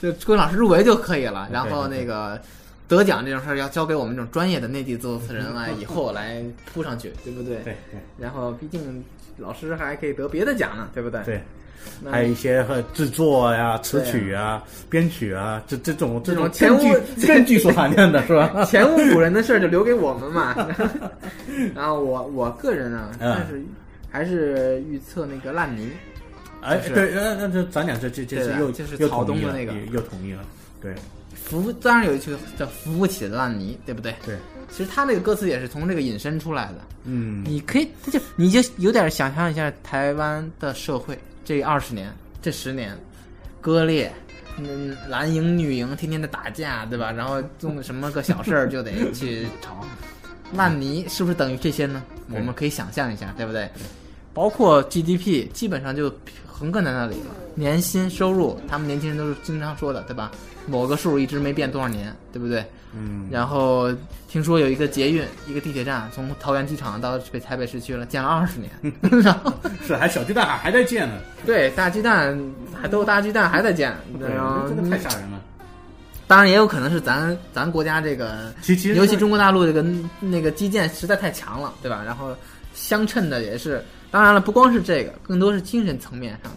Speaker 2: 就郭顶老师入围就可以了。然后那个得奖这种事儿要交给我们这种专业的内地作词人啊，以后来扑上去，对不对？
Speaker 1: 对对
Speaker 2: 然后毕竟老师还可以得别的奖呢，对不对？
Speaker 1: 对。
Speaker 2: 那
Speaker 1: 还有一些和制作呀、词曲啊、编曲啊，这这种这
Speaker 2: 这种
Speaker 1: 种
Speaker 2: 前
Speaker 1: 证
Speaker 2: 无
Speaker 1: 据证据所含量的 是吧？
Speaker 2: 前无古人的事儿就留给我 们嘛。然后我我个人啊，
Speaker 1: 嗯
Speaker 2: 但是还是预测那个烂泥，
Speaker 1: 哎，
Speaker 2: 就是
Speaker 1: 对，那那就咱俩这这这
Speaker 2: 对
Speaker 1: 次
Speaker 2: 啊
Speaker 1: 又
Speaker 2: 就是
Speaker 1: 又
Speaker 2: 草
Speaker 1: 同
Speaker 2: 东
Speaker 1: 意
Speaker 2: 的
Speaker 1: 了
Speaker 2: 那个
Speaker 1: 又又同意了，对
Speaker 2: 扶不当然有一句叫扶不起的烂泥，对不对？
Speaker 1: 对，
Speaker 2: 其实他那个歌词也是从这个引申出来的。
Speaker 1: 嗯，
Speaker 2: 你可以，他就你就有点想象一下台湾的社会这二十年、这十年，割裂，嗯，蓝营绿营天天的打架，对吧？然后用什么个小事儿就得去吵，烂泥是不是等于这些呢？我
Speaker 1: 对
Speaker 2: 们可以想象一下，对不对？包括 GDP 基本上就横亘在那里了，年薪收入，他们年轻人都是经常说的，对吧？某个数一直没变多少年，对不对？
Speaker 1: 嗯，
Speaker 2: 然后听说有一个捷运，一个地铁站，从桃园机场到北台北市区了，建了二 十年。然后
Speaker 1: 是还小鸡蛋还还在建呢，
Speaker 2: 对大鸡蛋还都大鸡蛋还在建，
Speaker 1: 对，
Speaker 2: 然后
Speaker 1: 这个太吓人了。
Speaker 2: 当然也有可能是咱咱国家这个，
Speaker 1: 其其实
Speaker 2: 尤其中国大陆这个那个基建实在太强了，对吧？然后相衬的也是，当然了，不光是这个，更多是精神层面上的。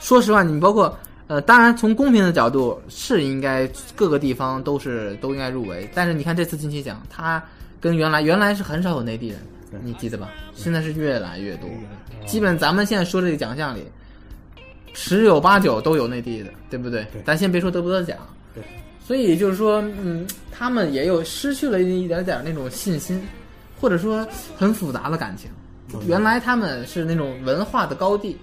Speaker 2: 说实话，你包括呃，当然从公平的角度是应该各个地方都是都应该入围，但是你看这次金曲奖，它跟原来原来是很少有内地人
Speaker 1: 对，
Speaker 2: 你记得吧？现在是越来越多
Speaker 1: 越来，
Speaker 2: 基本咱们现在说这个奖项里，十有八九都有内地的，对不对？
Speaker 1: 对
Speaker 2: 咱先别说得不得奖，
Speaker 1: 对，
Speaker 2: 所以就是说，嗯，他们也有失去了一点点那种信心，或者说很复杂的感情。
Speaker 1: 嗯
Speaker 2: 原来他们是那种文化的高地，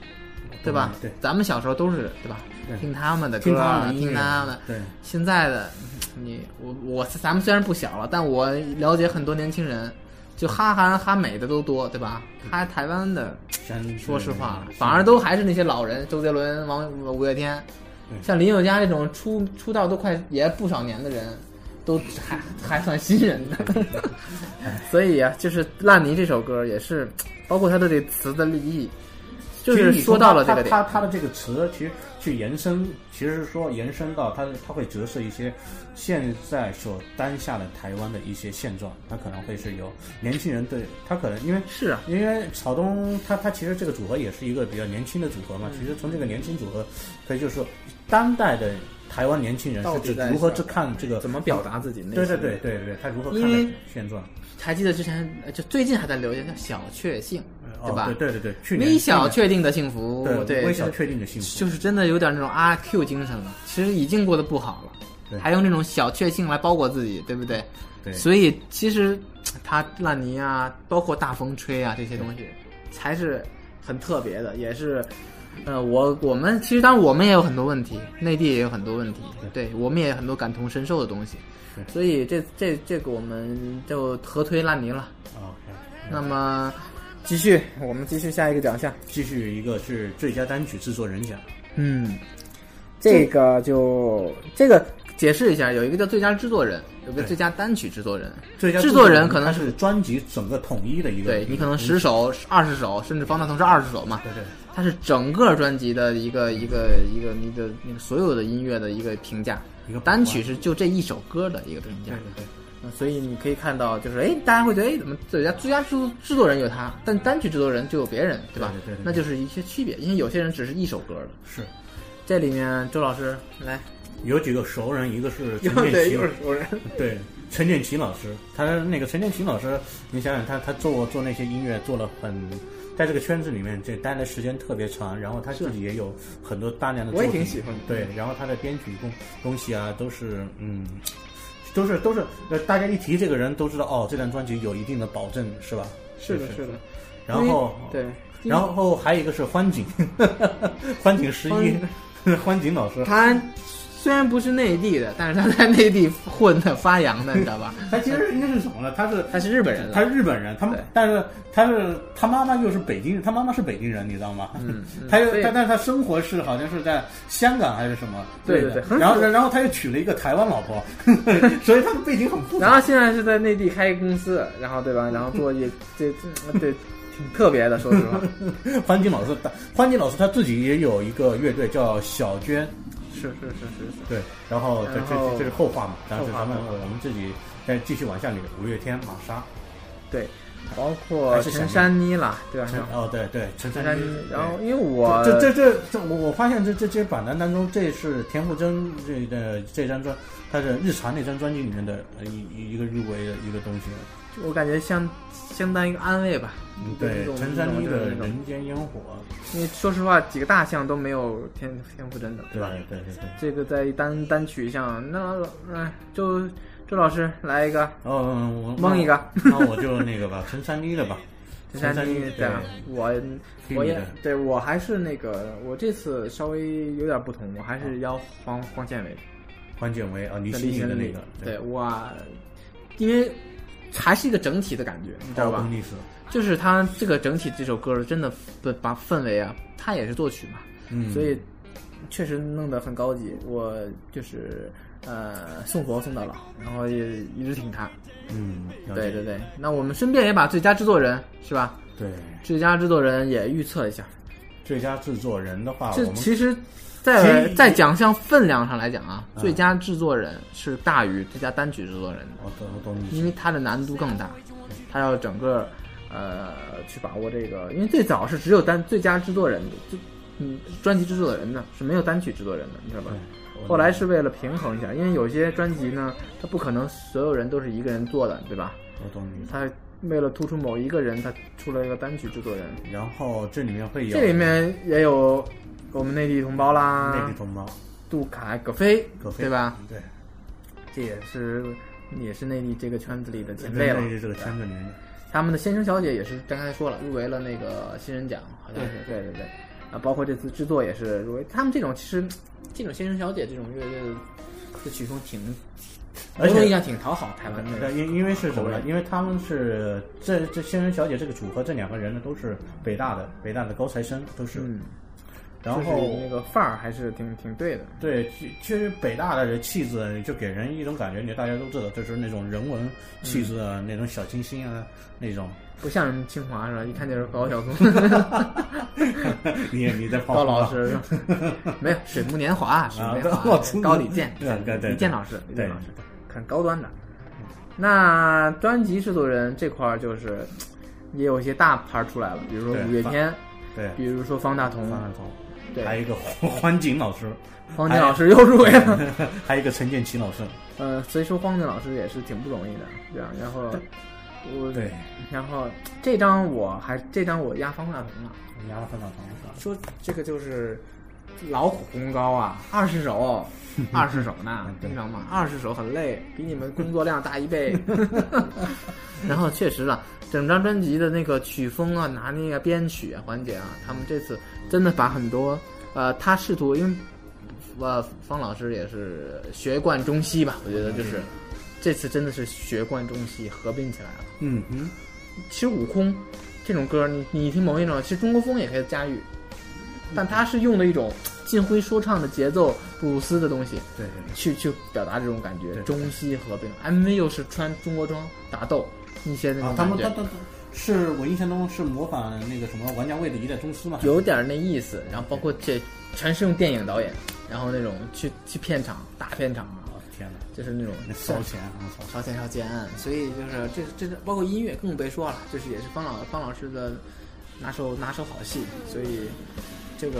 Speaker 2: 对吧？
Speaker 1: 嗯对
Speaker 2: 咱们小时候都是对吧？
Speaker 1: 对
Speaker 2: 听他们的
Speaker 1: 听
Speaker 2: 歌
Speaker 1: 他
Speaker 2: 啊，
Speaker 1: 们的音
Speaker 2: 听
Speaker 1: 乐
Speaker 2: 他们。
Speaker 1: 对，
Speaker 2: 现在的嗯你，我我咱们虽然不小了，但我了解很多年轻人，就哈韩哈美的都多，对吧？
Speaker 1: 嗯
Speaker 2: 哈台湾的，
Speaker 1: 真
Speaker 2: 说实话，
Speaker 1: 嗯
Speaker 2: 反而都还是那些老人，周杰伦、王五月天，
Speaker 1: 对
Speaker 2: 像林宥嘉这种出出道都快也不少年的人，都 还还算新人呢。所以啊，就是《烂泥》这首歌也是，包括它的这词的立意，就
Speaker 1: 其实
Speaker 2: 是
Speaker 1: 你
Speaker 2: 说到了这
Speaker 1: 他
Speaker 2: 个点。
Speaker 1: 他他的这个词，其实去延伸，其实是说延伸到他他会折射一些现在所当下的台湾的一些现状，他可能会是由年轻人对他可能因为
Speaker 2: 是啊，
Speaker 1: 因为草东他他其实这个组合也是一个比较年轻的组合
Speaker 2: 嗯
Speaker 1: 嘛，其实从这个年轻组合，可以就是说当代的台湾年轻人
Speaker 2: 到底
Speaker 1: 是
Speaker 2: 在
Speaker 1: 如何
Speaker 2: 想
Speaker 1: 去看这个
Speaker 2: 怎么表达自己内心？
Speaker 1: 对对对对对，他如何看
Speaker 2: 因为
Speaker 1: 待现状，
Speaker 2: 还记得之前呃就最近还在流行叫小确幸，
Speaker 1: 哦
Speaker 2: 吧？
Speaker 1: 对对对对，去年
Speaker 2: 微小确定的幸福，
Speaker 1: 对
Speaker 2: 哦对，
Speaker 1: 微小
Speaker 2: 就是
Speaker 1: 确定的幸福，
Speaker 2: 就是真的有点那种阿 Q 精神了。其实已经过得不好了，
Speaker 1: 对
Speaker 2: 还用这种小确幸来包裹自己，对不对？
Speaker 1: 对
Speaker 2: 所以其实他烂泥啊，包括大风吹啊这些东西，才是很特别的，也是。呃，我我们其实当然我们也有很多问题，内地也有很多问题，对我们也有很多感同身受的东西，
Speaker 1: 对
Speaker 2: 所以这这这个我们就合推烂泥了。
Speaker 1: 啊。
Speaker 2: 那么继续，我们继续下一个奖项。
Speaker 1: 继续一个是最佳单曲制作人奖，
Speaker 2: 嗯，这个就这个解释一下，有一个叫最佳制作人，有个
Speaker 1: 对
Speaker 2: 最佳单曲制作人，
Speaker 1: 最佳
Speaker 2: 制作人
Speaker 1: 它
Speaker 2: 可能
Speaker 1: 是专辑整个统一的一个，
Speaker 2: 对你可能十首、二十首，甚至方大同是二十首嘛，
Speaker 1: 嗯对对
Speaker 2: 它是整个专辑的一个一个一个一个那个所有的音乐的一个评价
Speaker 1: 一个，
Speaker 2: 单曲是就这一首歌的一个评价
Speaker 1: 对。对
Speaker 2: 嗯所以你可以看到，就是哎，大家会觉得哎，怎么最佳最佳制作制作人有他，但单曲制作人就有别人，对吧？
Speaker 1: 对对对对
Speaker 2: 那就是一些区别，因为有些人只是一首歌的。
Speaker 1: 是。
Speaker 2: 这里面周老师来，
Speaker 1: 有几个熟人，一个 是陈建
Speaker 2: 对，
Speaker 1: 奇
Speaker 2: 又，是 熟人，
Speaker 1: 对陈建奇老师，他那个陈建奇老师，你想想他他做做那些音乐做了很，在这个圈子里面这待的时间特别长，然后他自己也有很多大量的
Speaker 2: 我
Speaker 1: 作
Speaker 2: 也
Speaker 1: 品，
Speaker 2: 挺喜欢的
Speaker 1: 对，然后他的编曲工东西啊都是嗯。都是都是呃，大家一提这个人都知道哦，这张专辑有一定的保证是吧？
Speaker 2: 是的，
Speaker 1: 就是
Speaker 2: 的。
Speaker 1: 然后
Speaker 2: 因为对，
Speaker 1: 然后还有一个是欢景， 欢景十一，欢景老师，
Speaker 2: 他虽然不是内地的，但是他在内地混的发扬的，你知道吧？
Speaker 1: 他其实应该是什么呢？ 他是
Speaker 2: 他是日本人了，
Speaker 1: 他是日本人，他
Speaker 2: 对
Speaker 1: 但是他是他妈妈又是北京人，他妈妈是北京人，你知道吗？
Speaker 2: 嗯嗯
Speaker 1: 他又
Speaker 2: 所以
Speaker 1: 他但是他生活是好像是在香港还是什么之
Speaker 2: 对
Speaker 1: 类的？
Speaker 2: 对对很嗯
Speaker 1: 然后然后他又娶了一个台湾老婆， 所以他的背景很复杂。
Speaker 2: 然后现在是在内地开一个公司，然后对吧？然后做也这这对挺特别的，说实 话
Speaker 1: 欢景老师，他欢景老师他自己也有一个乐队叫小娟，
Speaker 2: 是是是是是，
Speaker 1: 对，然后这
Speaker 2: 然
Speaker 1: 这
Speaker 2: 后
Speaker 1: 这是后话嘛，但是
Speaker 2: 后话嗯
Speaker 1: 咱们
Speaker 2: 后话
Speaker 1: 我们自己再继续往下捋，五月天、玛莎，
Speaker 2: 对，包括
Speaker 1: 还是想
Speaker 2: 陈珊妮啦，对吧？
Speaker 1: 陈哦对对，陈
Speaker 2: 嗯
Speaker 1: 珊
Speaker 2: 陈珊
Speaker 1: 妮
Speaker 2: 妮，，
Speaker 1: 对
Speaker 2: 然后因为我
Speaker 1: 这这这这，我我发现这这这些榜单当中，这是田馥甄这的这张专，他的日常那张专辑里面的呃一一一个入围的一个东西。
Speaker 2: 我感觉相相当于一个安慰吧，
Speaker 1: 嗯，
Speaker 2: 一
Speaker 1: 对，
Speaker 2: 种
Speaker 1: 陈珊妮
Speaker 2: 一种
Speaker 1: 的
Speaker 2: 一
Speaker 1: 《
Speaker 2: 种
Speaker 1: 人间烟火
Speaker 2: 因为说实话，几个大项都没有天天赋真的，》，
Speaker 1: 对
Speaker 2: 吧？
Speaker 1: 对对对。
Speaker 2: 这个在单单曲上，那哎，就周老师来一个
Speaker 1: 哦，嗯我
Speaker 2: 蒙一个，
Speaker 1: 那我那我就那个吧，陈珊妮的吧。
Speaker 2: 陈珊妮，
Speaker 1: 对
Speaker 2: 对啊，我
Speaker 1: 听
Speaker 2: 我
Speaker 1: 你
Speaker 2: 也
Speaker 1: 的
Speaker 2: 对我还是那个，我这次稍微有点不同，我还是邀黄黄建伟，
Speaker 1: 关建为啊，李
Speaker 2: 在
Speaker 1: 心
Speaker 2: 立
Speaker 1: 凌
Speaker 2: 新
Speaker 1: 的
Speaker 2: 的
Speaker 1: 那个，
Speaker 2: 对，我，因为还是一个整体的感觉，你知道
Speaker 1: 高
Speaker 2: 吧
Speaker 1: 功？历史，
Speaker 2: 就是他这个整体这首歌真的不把氛围啊，他也是作曲嘛，
Speaker 1: 嗯，
Speaker 2: 所以确实弄得很高级。我就是呃送佛送到老，然后也一直挺他。
Speaker 1: 嗯，了
Speaker 2: 对
Speaker 1: 解
Speaker 2: 对对，那我们顺便也把最佳制作人是吧？
Speaker 1: 对，
Speaker 2: 最佳制作人也预测一下。
Speaker 1: 最佳制作人的话，我
Speaker 2: 这
Speaker 1: 们
Speaker 2: 其实
Speaker 1: 其
Speaker 2: 在，
Speaker 1: 实
Speaker 2: 在奖项分量上来讲啊，最佳制作人是大于最佳单曲制作人的，
Speaker 1: 我懂我懂你意
Speaker 2: 因
Speaker 1: 思，
Speaker 2: 为它的难度更大，
Speaker 1: 嗯
Speaker 2: 它要整个呃去把握这个，因为最早是只有单最佳制作人的，就嗯专辑制作人的是没有单曲制作人的，你知道吧
Speaker 1: 对？我
Speaker 2: 后来是为了平衡一下，因为有些专辑呢，它不可能所有人都是一个人做的，对吧？
Speaker 1: 我懂你意思。
Speaker 2: 它为了突出某一个人，它出了一个单曲制作人，
Speaker 1: 然后这里面会有
Speaker 2: 这里面也有我们内地同胞啦，
Speaker 1: 内地同胞，
Speaker 2: 杜凯、葛飞，
Speaker 1: 葛飞
Speaker 2: 对吧？？
Speaker 1: 嗯对。
Speaker 2: 这也是也是内地这个圈子里的前
Speaker 1: 类
Speaker 2: 辈了。
Speaker 1: 这个圈子里面，
Speaker 2: 他们的先生小姐也是刚才说了，入围了那个新人奖，好像是对对对。啊，包括这次制作也是入围。他们这种其实这种先生小姐这种乐队的这曲风挺，
Speaker 1: 而且
Speaker 2: 某种意义上挺讨好台湾的
Speaker 1: 对，。因因为是什么呢
Speaker 2: 口？味
Speaker 1: 因为他们是这这仙人小姐这个组合，这两个人呢都是北大的，北大的高材生都是。
Speaker 2: 嗯，
Speaker 1: 然
Speaker 2: 就是
Speaker 1: 后
Speaker 2: 那个范儿还是挺挺对的。
Speaker 1: 对，其其实北大的气质啊就给人一种感觉，你大家都知道，就是那种人文气质啊，
Speaker 2: 嗯
Speaker 1: 那种小清新啊，那 种。
Speaker 2: 不像人清华是吧？一看就是高晓松、
Speaker 1: 你你 在
Speaker 2: 高
Speaker 1: 泡
Speaker 2: 老师，是 吧没有《水木年华》，《水木年
Speaker 1: 啊高
Speaker 2: 华
Speaker 1: 老》师
Speaker 2: 高李健，
Speaker 1: 对对对
Speaker 2: 李健老师，李
Speaker 1: 对
Speaker 2: 健老师，很高端的。那专辑制作人这块儿就是也有一些大牌儿出来了，比如说
Speaker 1: 对
Speaker 2: 五月天，
Speaker 1: 对，
Speaker 2: 比如说方大同，
Speaker 1: 方大同，
Speaker 2: 对
Speaker 1: 还有一个黄黄景老 师，
Speaker 2: 荒井老师又入围
Speaker 1: 哎
Speaker 2: 了。
Speaker 1: 还有一个陈建奇老师，
Speaker 2: 呃，所以说荒井老师也是挺不容易的，对吧？然后我，
Speaker 1: 对，
Speaker 2: 然后这张我还这张我压方大同了。
Speaker 1: 你压了方大同是吧？
Speaker 2: 说这个就是劳苦功高啊，二十首，二十首呢，你知道吗？二十首很累，比你们工作量大一倍。 然后确实了，整张专辑的那个曲风啊、拿捏啊、编曲啊环节啊，他们这次真的把很多呃，他试图因为呃方老师也是学贯中西吧，我觉得就是这次真的是学贯中西合并起来了。
Speaker 1: 嗯哼，
Speaker 2: 其实悟空这种歌，你你听某一种，其实中国风也可以驾驭，但它是用的一种近乎于说唱的节奏、布鲁斯的东西
Speaker 1: 对对对。
Speaker 2: 去去表达这种感觉
Speaker 1: 对，
Speaker 2: 中西合并。MV 又是穿中国装打斗一些那
Speaker 1: 啊
Speaker 2: 种，
Speaker 1: 他
Speaker 2: 感
Speaker 1: 们
Speaker 2: 觉，
Speaker 1: 他他他是我印象中是模仿那个什么玩家卫的一代宗师嘛？
Speaker 2: 有点那意思。然后包括这全是用电影导演，然后那种去去片场大片场啊，
Speaker 1: 我的天哪，
Speaker 2: 就是那种
Speaker 1: 那烧钱啊！我操！
Speaker 2: 烧钱烧钱，所以就是这这是包括音乐更别说了，这是也是方老方老师的拿手拿手好戏，所以这个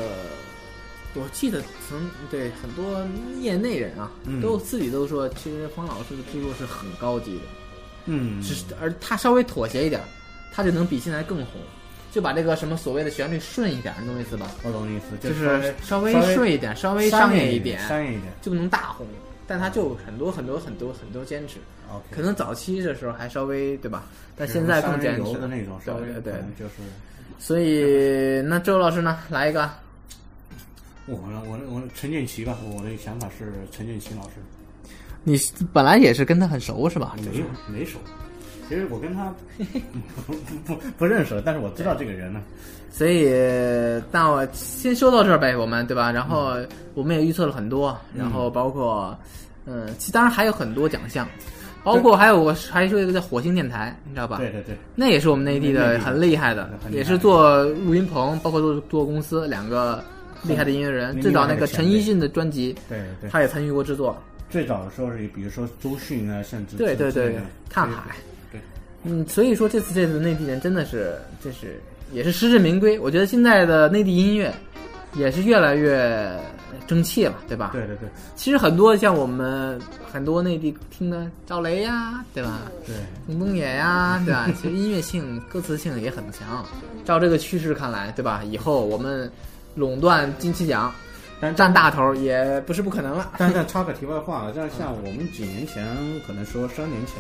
Speaker 2: 我记得曾对很多业内人啊，
Speaker 1: 嗯
Speaker 2: 都自己都说，其实方老师的制作是很高级的，
Speaker 1: 嗯，
Speaker 2: 只是而他稍微妥协一点，他就能比现在更红，就把这个什么所谓的旋律顺一点，你懂我意思吧？
Speaker 1: 我懂你意思，
Speaker 2: 就是是稍
Speaker 1: 微
Speaker 2: 微顺一点，稍微
Speaker 1: 商
Speaker 2: 商业一
Speaker 1: 点，商业一点。
Speaker 2: 就能大红。但他就很多很多很多很多坚持，
Speaker 1: ，OK，
Speaker 2: 可能早期的时候还稍微对吧，但现在更坚
Speaker 1: 山
Speaker 2: 持
Speaker 1: 油的那种，稍微
Speaker 2: 对对对
Speaker 1: 可，能就是
Speaker 2: 所以那周老师呢，来一个，
Speaker 1: 我我我陈建奇吧，我的想法是陈建奇老师，
Speaker 2: 你本来也是跟他很熟是吧？
Speaker 1: 没有没熟，其实我跟他 不不不认识，但是我知道这个人呢。
Speaker 2: 所以，那我先说到这儿呗，我们对吧？然后
Speaker 1: 嗯
Speaker 2: 我们也预测了很多，然后包括，嗯，其当然还有很多奖项，包括还有我还说一个叫火星电台，你知道吧？
Speaker 1: 对，对对，
Speaker 2: 那也是我们内地
Speaker 1: 内
Speaker 2: 的
Speaker 1: 地的
Speaker 2: 很厉害的，
Speaker 1: 很厉害
Speaker 2: 也是做录音棚，包括做做公司两个厉害的音乐人，
Speaker 1: 嗯
Speaker 2: 最早那
Speaker 1: 另外一个
Speaker 2: 个陈
Speaker 1: 前辈
Speaker 2: 奕迅的专辑，
Speaker 1: 对对，
Speaker 2: 他也参与过制作。
Speaker 1: 最早的时候是比如说周迅啊，甚至
Speaker 2: 对对
Speaker 1: 之类
Speaker 2: 对
Speaker 1: 的，
Speaker 2: 看海。
Speaker 1: 对，
Speaker 2: 嗯，所以说这次这次内地人真的是，这是也是实至名归。我觉得现在的内地音乐也是越来越争气了，对吧？。
Speaker 1: 对对对
Speaker 2: 其实很多像我们很多内地听的赵雷呀，对吧？
Speaker 1: 对，
Speaker 2: 林东野 呀，对吧？其实音乐性、歌词性也很强。照这个趋势看来，对吧？以后我们垄断金曲奖，
Speaker 1: 但
Speaker 2: 占大头儿也不是不可能了。
Speaker 1: 但但插个题外话啊，像像我们几年前，可能说三年前，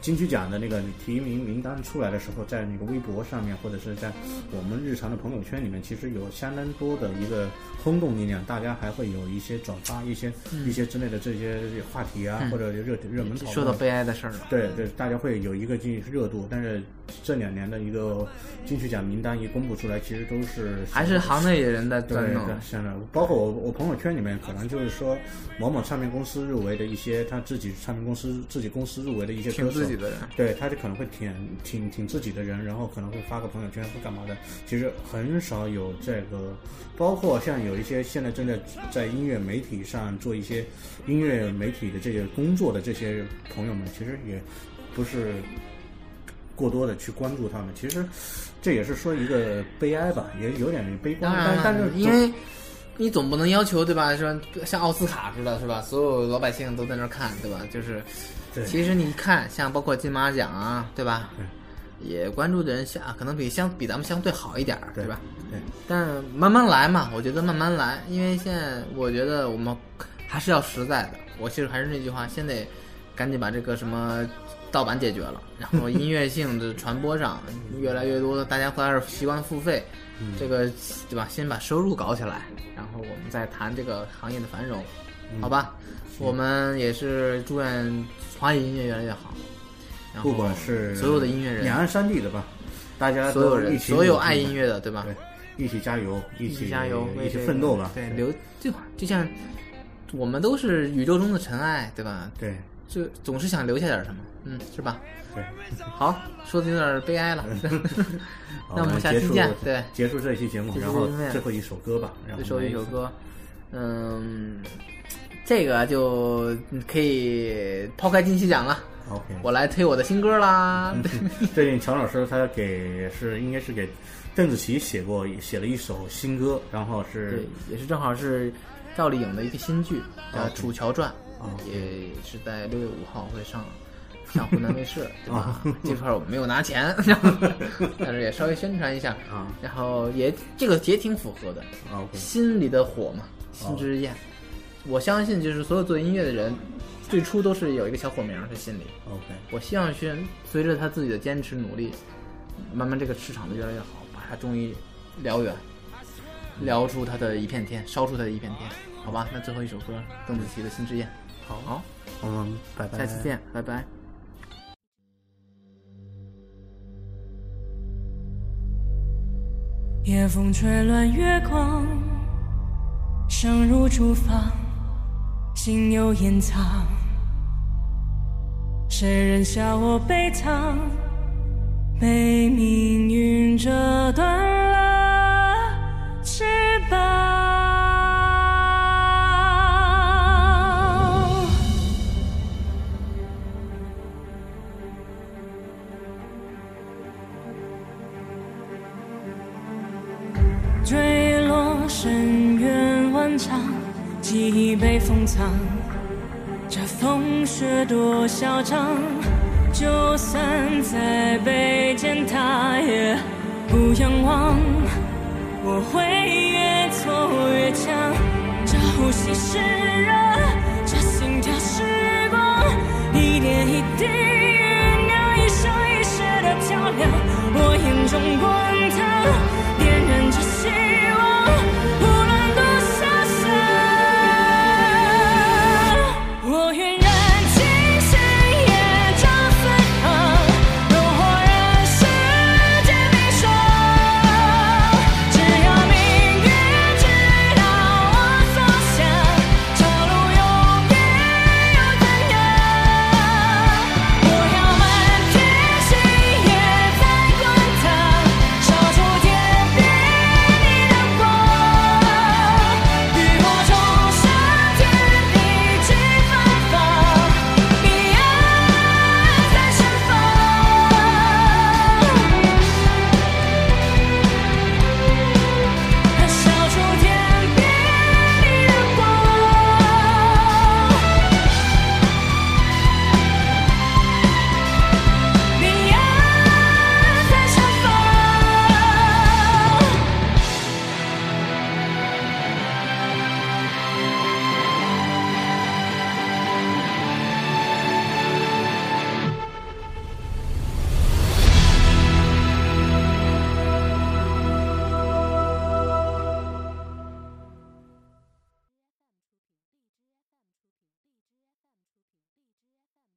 Speaker 1: 金曲奖的那个提名名单出来的时候，在那个微博上面，或者是在我们日常的朋友圈里面，其实有相当多的一个轰动力啊量，大家还会有一些转发一些、一些之类的这些话题啊，
Speaker 2: 嗯
Speaker 1: 或者热热门讨论。
Speaker 2: 说到悲哀的事儿了。
Speaker 1: 对对，大家会有一个进热度，但是这两年的一个金曲奖名单一公布出来，其实都是
Speaker 2: 还是行内人在
Speaker 1: 对
Speaker 2: 在弄。
Speaker 1: 对，是的，包括我我朋友圈里面，可能就是说某某唱片公司入围的一些他自己唱片公司自己公司入围的一些
Speaker 2: 挺
Speaker 1: 歌手
Speaker 2: 自，己的人。
Speaker 1: 对，他就可能会挺挺挺自己的人，然后可能会发个朋友圈或干嘛的。其实很少有这个，包括像有一些现在正在在音乐媒体上做一些音乐媒体的这些工作的这些朋友们，其实也不是过多的去关注他们。其实这也是说一个悲哀吧，也有点悲观
Speaker 2: 当，然
Speaker 1: 但
Speaker 2: 了，
Speaker 1: 但是
Speaker 2: 因为你总不能要求对吧？说像奥斯卡似的，是吧？所有老百姓都在那儿看，对吧？就是
Speaker 1: 对
Speaker 2: 其实你看，像包括金马奖啊，对吧？
Speaker 1: 对
Speaker 2: 也关注的人相可能比相比咱们相对好一点儿，
Speaker 1: 对
Speaker 2: 吧？？
Speaker 1: 对。
Speaker 2: 但慢慢来嘛，我觉得慢慢来，因为现在我觉得我们还是要实在的。我其实还是那句话，先得赶紧把这个什么盗版解决了，然后音乐性的传播上越来越多的大家开始习惯付费，
Speaker 1: 嗯
Speaker 2: 这个对吧？先把收入搞起来，然后我们再谈这个行业的繁荣，好吧？
Speaker 1: 嗯
Speaker 2: 我们也是祝愿华语音乐越来越好，然后
Speaker 1: 不管是
Speaker 2: 所有的音乐人
Speaker 1: 两岸三地的吧，大家都
Speaker 2: 所有人
Speaker 1: 一起
Speaker 2: 所有
Speaker 1: 努力
Speaker 2: 爱音乐的，对吧？
Speaker 1: 对，一起加油，一
Speaker 2: 啊一
Speaker 1: 起
Speaker 2: 起加油，为
Speaker 1: 一起
Speaker 2: 这个
Speaker 1: 奋斗吧。
Speaker 2: 对，留就就像我们都是宇宙中的尘埃，对吧？
Speaker 1: 对
Speaker 2: 就总是想留下点什么，嗯，是吧？
Speaker 1: 对，
Speaker 2: 好，说的有点悲哀了。
Speaker 1: 嗯 好
Speaker 2: 那我们下
Speaker 1: 结
Speaker 2: 期
Speaker 1: 束
Speaker 2: 见对
Speaker 1: 结束这一期节目，
Speaker 2: 结束
Speaker 1: 然后
Speaker 2: 这一期
Speaker 1: 最后一首歌吧，然后
Speaker 2: 最后一首
Speaker 1: 我们
Speaker 2: 歌，嗯，这个就可以抛开金曲奖了，
Speaker 1: OK，
Speaker 2: 我来推我的新歌啦。
Speaker 1: 最近乔老师他给是应该是给邓紫棋写过写了一首新歌，然后是
Speaker 2: 对，也是正好是赵丽颖的一个新剧叫《
Speaker 1: OK
Speaker 2: 楚乔传》，
Speaker 1: OK
Speaker 2: 也是在六月五号会上上湖南卫视，对吧
Speaker 1: 啊？
Speaker 2: 这块儿我们没有拿钱，但是也稍微宣传一下
Speaker 1: 啊
Speaker 2: 然后也这个也挺符合的，
Speaker 1: OK
Speaker 2: 心里的火嘛，心之焰。我相信就是所有做音乐的人，最初都是有一个小火苗在心里。
Speaker 1: OK
Speaker 2: 我希望是随着他自己的坚持努力，慢慢这个市场就越来越好，把它终于燎原，燎出它的一片天，烧出它的一片天，好吧？那最后一首歌，邓紫棋的《心之焰》。好，好，
Speaker 1: 我们拜拜，
Speaker 2: 下期见，拜拜。
Speaker 4: 夜风吹乱月光，声如厨房，心有隐藏。谁人笑我悲怆，被命运折断了翅膀。坠落深渊万丈，记忆被封藏。这风雪多嚣张，就算再被践踏，也不仰望。我会越挫越强，这呼吸是热，这心中国